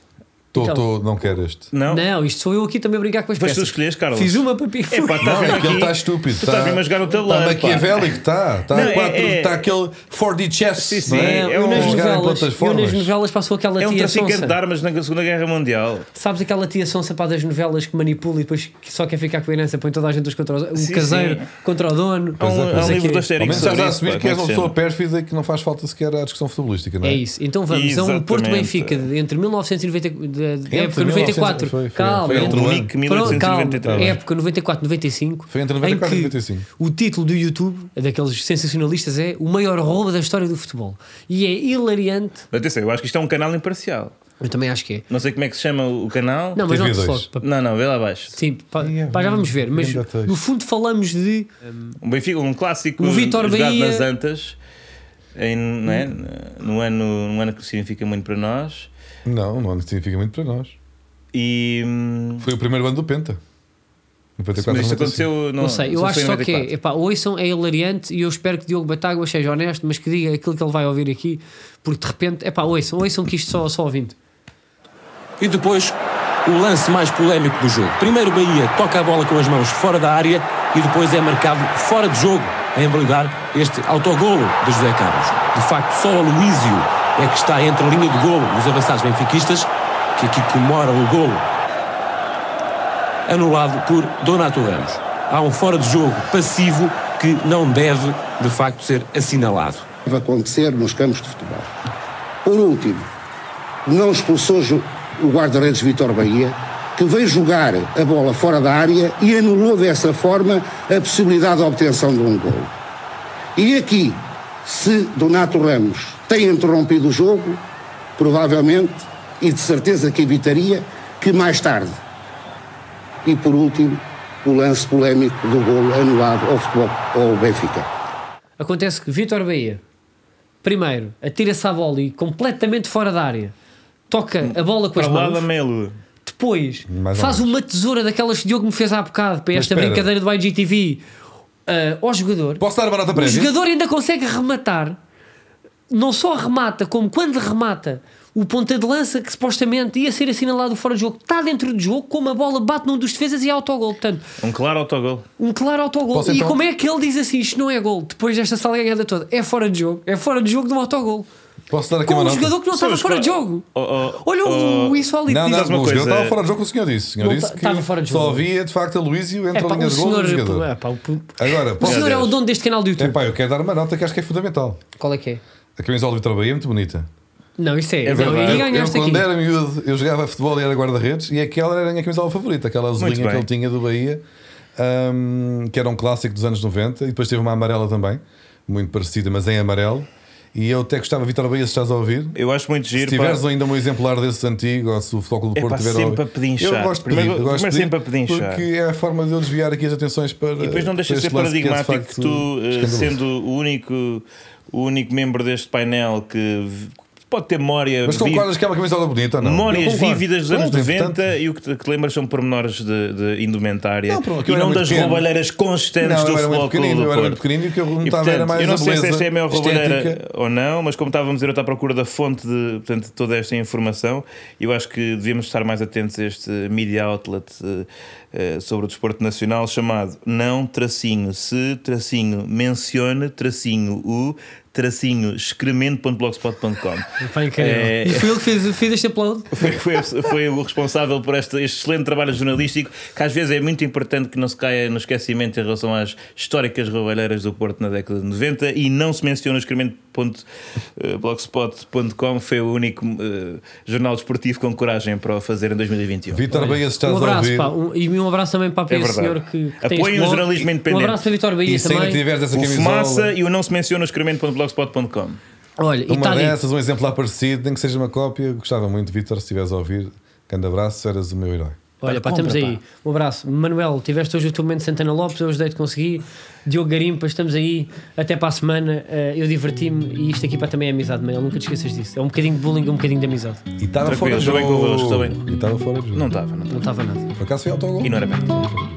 Speaker 2: Tô,
Speaker 1: Então.
Speaker 2: tô- não quero este.
Speaker 3: Não?
Speaker 1: Não, isto sou eu aqui também a brincar com as
Speaker 3: Depois tu
Speaker 1: peças.
Speaker 3: escolhes, Carlos.
Speaker 1: Fiz uma para pico.
Speaker 3: É pá, estás
Speaker 2: Não,
Speaker 3: mesmo
Speaker 2: é que ele
Speaker 3: aqui-
Speaker 2: está estúpido.
Speaker 3: Tu estás mesmo a jogar no tabuleiro.
Speaker 2: Está maquiavélico, tá, está. Está
Speaker 3: Não, é- é-
Speaker 2: aquele 4D chess.
Speaker 3: Sim,
Speaker 2: não
Speaker 3: sim, é
Speaker 1: eu,
Speaker 3: um-
Speaker 1: nas
Speaker 2: Jogar em
Speaker 1: novelas, eu
Speaker 2: plataformas.
Speaker 1: nas novelas passou aquela
Speaker 3: pá. É um
Speaker 1: tia
Speaker 3: traficante
Speaker 1: sonsa.
Speaker 3: de armas na Segunda Guerra Mundial.
Speaker 1: Sabes aquela tia sonsa pá, das novelas que manipula e depois que só quer ficar com a herança, põe toda a gente uns contra os, o
Speaker 3: Sim,
Speaker 1: caseiro
Speaker 3: sim.
Speaker 1: contra o dono.
Speaker 2: é,
Speaker 3: Há um,
Speaker 1: não
Speaker 3: há um
Speaker 1: sei quê.
Speaker 3: livro da
Speaker 2: Ao
Speaker 3: Astérix.
Speaker 2: menos estás
Speaker 3: sobre
Speaker 2: a
Speaker 3: isso,
Speaker 2: assumir
Speaker 3: pá,
Speaker 2: que és uma
Speaker 3: como se
Speaker 2: pessoa
Speaker 3: chama.
Speaker 2: pérfida e que não faz falta sequer à discussão futebolística, não é?
Speaker 1: É isso. Então vamos a um
Speaker 3: Exatamente.
Speaker 1: Porto Benfica de- entre 1990 de- de- de época 94.
Speaker 2: 1900 foi- foi-
Speaker 1: calma, é
Speaker 2: foi um
Speaker 1: entre-
Speaker 2: outro ano.
Speaker 3: Munique,
Speaker 1: Pronto, calma,
Speaker 3: 1993.
Speaker 1: época 94, 95.
Speaker 2: Foi entre 94
Speaker 1: em
Speaker 2: e
Speaker 1: que
Speaker 2: 95.
Speaker 1: O título do YouTube, daqueles sensacionalistas, é O Maior Roubo da História do Futebol. E é hilariante.
Speaker 3: Atenção, eu acho que isto é um canal imparcial.
Speaker 1: Eu também acho que é.
Speaker 3: Não sei como é que se chama o canal.
Speaker 1: Não, mas não
Speaker 2: TV2.
Speaker 1: se logo.
Speaker 3: Não, não, vê lá abaixo.
Speaker 1: Sim, pá,
Speaker 2: Ih, é
Speaker 1: pá, já vamos ver. Mas
Speaker 2: Ainda tens.
Speaker 1: no fundo falamos de.
Speaker 3: Um Benfica, um clássico
Speaker 1: O Vítor
Speaker 3: jogado
Speaker 1: Bahia-
Speaker 3: nas Antas. Em, não é? num, ano, num ano que significa muito para nós.
Speaker 2: Não, não significa muito para nós.
Speaker 3: E. hum,
Speaker 2: Foi o primeiro ano do Penta.
Speaker 3: Mas
Speaker 2: 94,
Speaker 3: isto
Speaker 2: 95.
Speaker 3: aconteceu.
Speaker 1: Não, sei, eu
Speaker 3: se
Speaker 1: acho
Speaker 3: foi em
Speaker 1: só que
Speaker 3: 94.
Speaker 1: é. Epá, ouçam, é hilariante e eu espero que Diogo Batágua seja honesto, mas que diga aquilo que ele vai ouvir aqui, porque de repente. Epá, ouçam, ouçam que isto só, só ouvindo.
Speaker 4: E depois o lance mais polémico do jogo. Primeiro Bahia toca a bola com as mãos fora da área e depois é marcado fora de jogo a invalidar este autogolo de José Carlos. De facto, só o Luísio é que está entre a linha de golo dos avançados benfiquistas que aqui comemoram o golo. Anulado por Donato Ramos. Há um fora de jogo passivo que não deve de facto ser assinalado.
Speaker 5: vai acontecer nos campos de futebol. Por último, não expulsou ju- o guarda-redes Vitor Bahia, que veio jogar a bola fora da área e anulou dessa forma a possibilidade de obtenção de um gol. E aqui, se Donato Ramos tem interrompido o jogo, provavelmente, e de certeza que evitaria, que mais tarde. E por último, o lance polémico do gol anulado ao, futebol, ao Benfica.
Speaker 1: Acontece que Vítor Bahia, primeiro, atira-se à bola e completamente fora da área, toca a bola com as
Speaker 3: Para lá da
Speaker 1: mãos,
Speaker 3: meia-lua.
Speaker 1: depois
Speaker 2: Mais ou
Speaker 1: faz uma tesoura daquelas que Diogo me fez há bocado para esta
Speaker 2: espera.
Speaker 1: brincadeira do IGTV ah, ao jogador.
Speaker 2: Posso dar uma nota
Speaker 1: O
Speaker 2: prévia?
Speaker 1: Um jogador ainda consegue rematar, não só remata, como quando remata, o ponta de lança que supostamente ia ser assinalado fora de jogo está dentro do jogo, como a bola bate num dos defesas e é autogol. Portanto,
Speaker 3: Um claro autogol.
Speaker 1: um claro autogol.
Speaker 2: Posso
Speaker 1: e
Speaker 2: então-
Speaker 1: como é que ele diz assim: isto não é gol, depois desta salgada toda? É fora de jogo, é fora de jogo de um autogol.
Speaker 2: Posso dar aqui
Speaker 1: Com
Speaker 2: uma
Speaker 1: um
Speaker 2: nota?
Speaker 1: jogador que não
Speaker 3: São
Speaker 1: estava
Speaker 3: os
Speaker 1: fora de
Speaker 3: quatro-
Speaker 1: jogo.
Speaker 3: Oh, oh,
Speaker 1: Olha o
Speaker 3: oh.
Speaker 1: insólito
Speaker 2: Não, não,
Speaker 3: Diz-me
Speaker 2: não, o jogador
Speaker 3: uma coisa.
Speaker 2: estava fora de jogo, o senhor disse. O senhor
Speaker 1: Não,
Speaker 2: disse
Speaker 1: tá-
Speaker 2: que
Speaker 1: estava fora de
Speaker 2: só
Speaker 1: jogo.
Speaker 2: havia, de facto, a Luísio
Speaker 1: É
Speaker 2: entre a
Speaker 1: pá,
Speaker 2: linha
Speaker 1: o
Speaker 2: de gol do
Speaker 1: senhor,
Speaker 2: jogador.
Speaker 1: é pá, o, pu-
Speaker 2: Agora,
Speaker 1: o
Speaker 2: posso
Speaker 1: senhor é o
Speaker 2: dizer...
Speaker 1: dono deste canal do
Speaker 2: É
Speaker 1: YouTube.
Speaker 2: pá, eu quero dar uma nota que acho que é fundamental.
Speaker 1: Qual é que é?
Speaker 2: A camisola do Vitor Bahia é muito bonita.
Speaker 1: Não, isso é. não,
Speaker 3: verdade.
Speaker 1: e
Speaker 2: Eu, eu,
Speaker 1: ganhaste aqui.
Speaker 2: quando era miúdo, eu jogava futebol e era guarda-redes e aquela era a minha camisola favorita, aquela azulinha que
Speaker 3: bem.
Speaker 2: ele tinha do Bahia, hum, que era um clássico dos anos 90, e depois teve uma amarela também, muito parecida, mas em amarelo. E eu até gostava, Vitor Bahia, se estás a ouvir.
Speaker 3: Eu acho muito
Speaker 2: Se
Speaker 3: giro. pá.
Speaker 2: tiveres ainda um exemplar desses antigo, ou se o Futebol Clube do
Speaker 3: É pá,
Speaker 2: Porto tiver.
Speaker 3: sempre
Speaker 2: ao-
Speaker 3: a pedinchar.
Speaker 2: Eu gosto de pedir,
Speaker 3: Primeiro-
Speaker 2: eu gosto de
Speaker 3: primeiro sempre
Speaker 2: pedir,
Speaker 3: a pedinchar.
Speaker 2: Porque é a forma de eu desviar aqui as atenções para.
Speaker 3: E depois não deixa
Speaker 2: para
Speaker 3: de ser
Speaker 2: este lance que é, de
Speaker 3: paradigmático que,
Speaker 2: facto,
Speaker 3: tu, eh,
Speaker 2: escandaloso.
Speaker 3: sendo o único, o único membro deste painel que v- pode ter memória.
Speaker 2: Mas
Speaker 3: vi-
Speaker 2: concordas que é uma camisola bonita, ou não? Eu
Speaker 3: Memórias
Speaker 2: concordo.
Speaker 3: vívidas dos anos
Speaker 2: Pronto, é
Speaker 3: 90
Speaker 2: importante.
Speaker 3: e o que te, que te lembras são pormenores de, de indumentária
Speaker 2: Não, pronto, eu
Speaker 3: e
Speaker 2: era
Speaker 3: não
Speaker 2: muito
Speaker 3: das
Speaker 2: pequeno.
Speaker 3: roubalheiras constantes
Speaker 2: Não,
Speaker 3: do
Speaker 2: eu era muito
Speaker 3: Futebol Clube
Speaker 2: pequenino,
Speaker 3: do
Speaker 2: eu era muito
Speaker 3: Porto.
Speaker 2: pequenino e o que eu
Speaker 3: E,
Speaker 2: notava
Speaker 3: portanto,
Speaker 2: era mais
Speaker 3: eu não
Speaker 2: a
Speaker 3: sei se
Speaker 2: beleza
Speaker 3: esta é a maior roubalheira
Speaker 2: estética.
Speaker 3: ou não, mas como estávamos a ir, eu estava à procura da fonte de, portanto, de toda esta informação, eu acho que devíamos estar mais atentos a este media outlet eh, eh, sobre o desporto nacional chamado não tracinho se tracinho mencione tracinho o tracinho excremento.blogspot.com
Speaker 1: Pá, incrível.
Speaker 3: É-
Speaker 1: E foi ele que fez, fez este upload.
Speaker 3: foi, foi, foi o responsável por este, este excelente trabalho jornalístico, que às vezes é muito importante que não se caia no esquecimento em relação às históricas roubalheiras do Porto na década de 90 e não se menciona o eh, excremento.blogspot.com. Foi o único eh, jornal desportivo com coragem para o fazer em 2021.
Speaker 2: Vitor Bahia, se estás
Speaker 1: um
Speaker 2: a
Speaker 1: abraço,
Speaker 2: ouvir.
Speaker 1: pá, um- e um abraço também para, para
Speaker 3: É
Speaker 1: esse senhor
Speaker 3: verdade.
Speaker 1: que, que tem este
Speaker 3: Apoiem o
Speaker 1: blog.
Speaker 3: jornalismo
Speaker 1: Um
Speaker 3: independente.
Speaker 1: abraço para Vitor Bahia
Speaker 2: E se ainda
Speaker 1: também.
Speaker 2: tiveres essa
Speaker 3: O fumaça
Speaker 2: camisola,
Speaker 3: e o não se menciona o excremento.blogspot.com.
Speaker 1: Olha, e
Speaker 2: uma
Speaker 1: está dito.
Speaker 2: dessas, um exemplar parecido, nem que seja uma cópia, gostava muito, Vitor, se estiveres a ouvir. Grande abraço, eras o meu herói.
Speaker 1: Olha, pá,
Speaker 3: Compra,
Speaker 1: estamos aí.
Speaker 3: pá.
Speaker 1: Um abraço. Manuel, tiveste hoje o teu momento de Santana Lopes, eu ajudei-te a conseguir. Diogo Garimpa, estamos aí. Até para a semana. Eh, eu diverti-me e isto aqui pá, também é amizade, Manuel. Nunca te esqueças disso. É um bocadinho de bullying, um bocadinho de amizade.
Speaker 2: E estava fora de
Speaker 3: Tranquilo, estou
Speaker 2: jogo.
Speaker 3: bem convosco, estou bem.
Speaker 2: E estava fora de jogo.
Speaker 3: Não estava, não estava.
Speaker 1: Não estava nada.
Speaker 2: Por acaso foi autogol.
Speaker 3: E não era bem.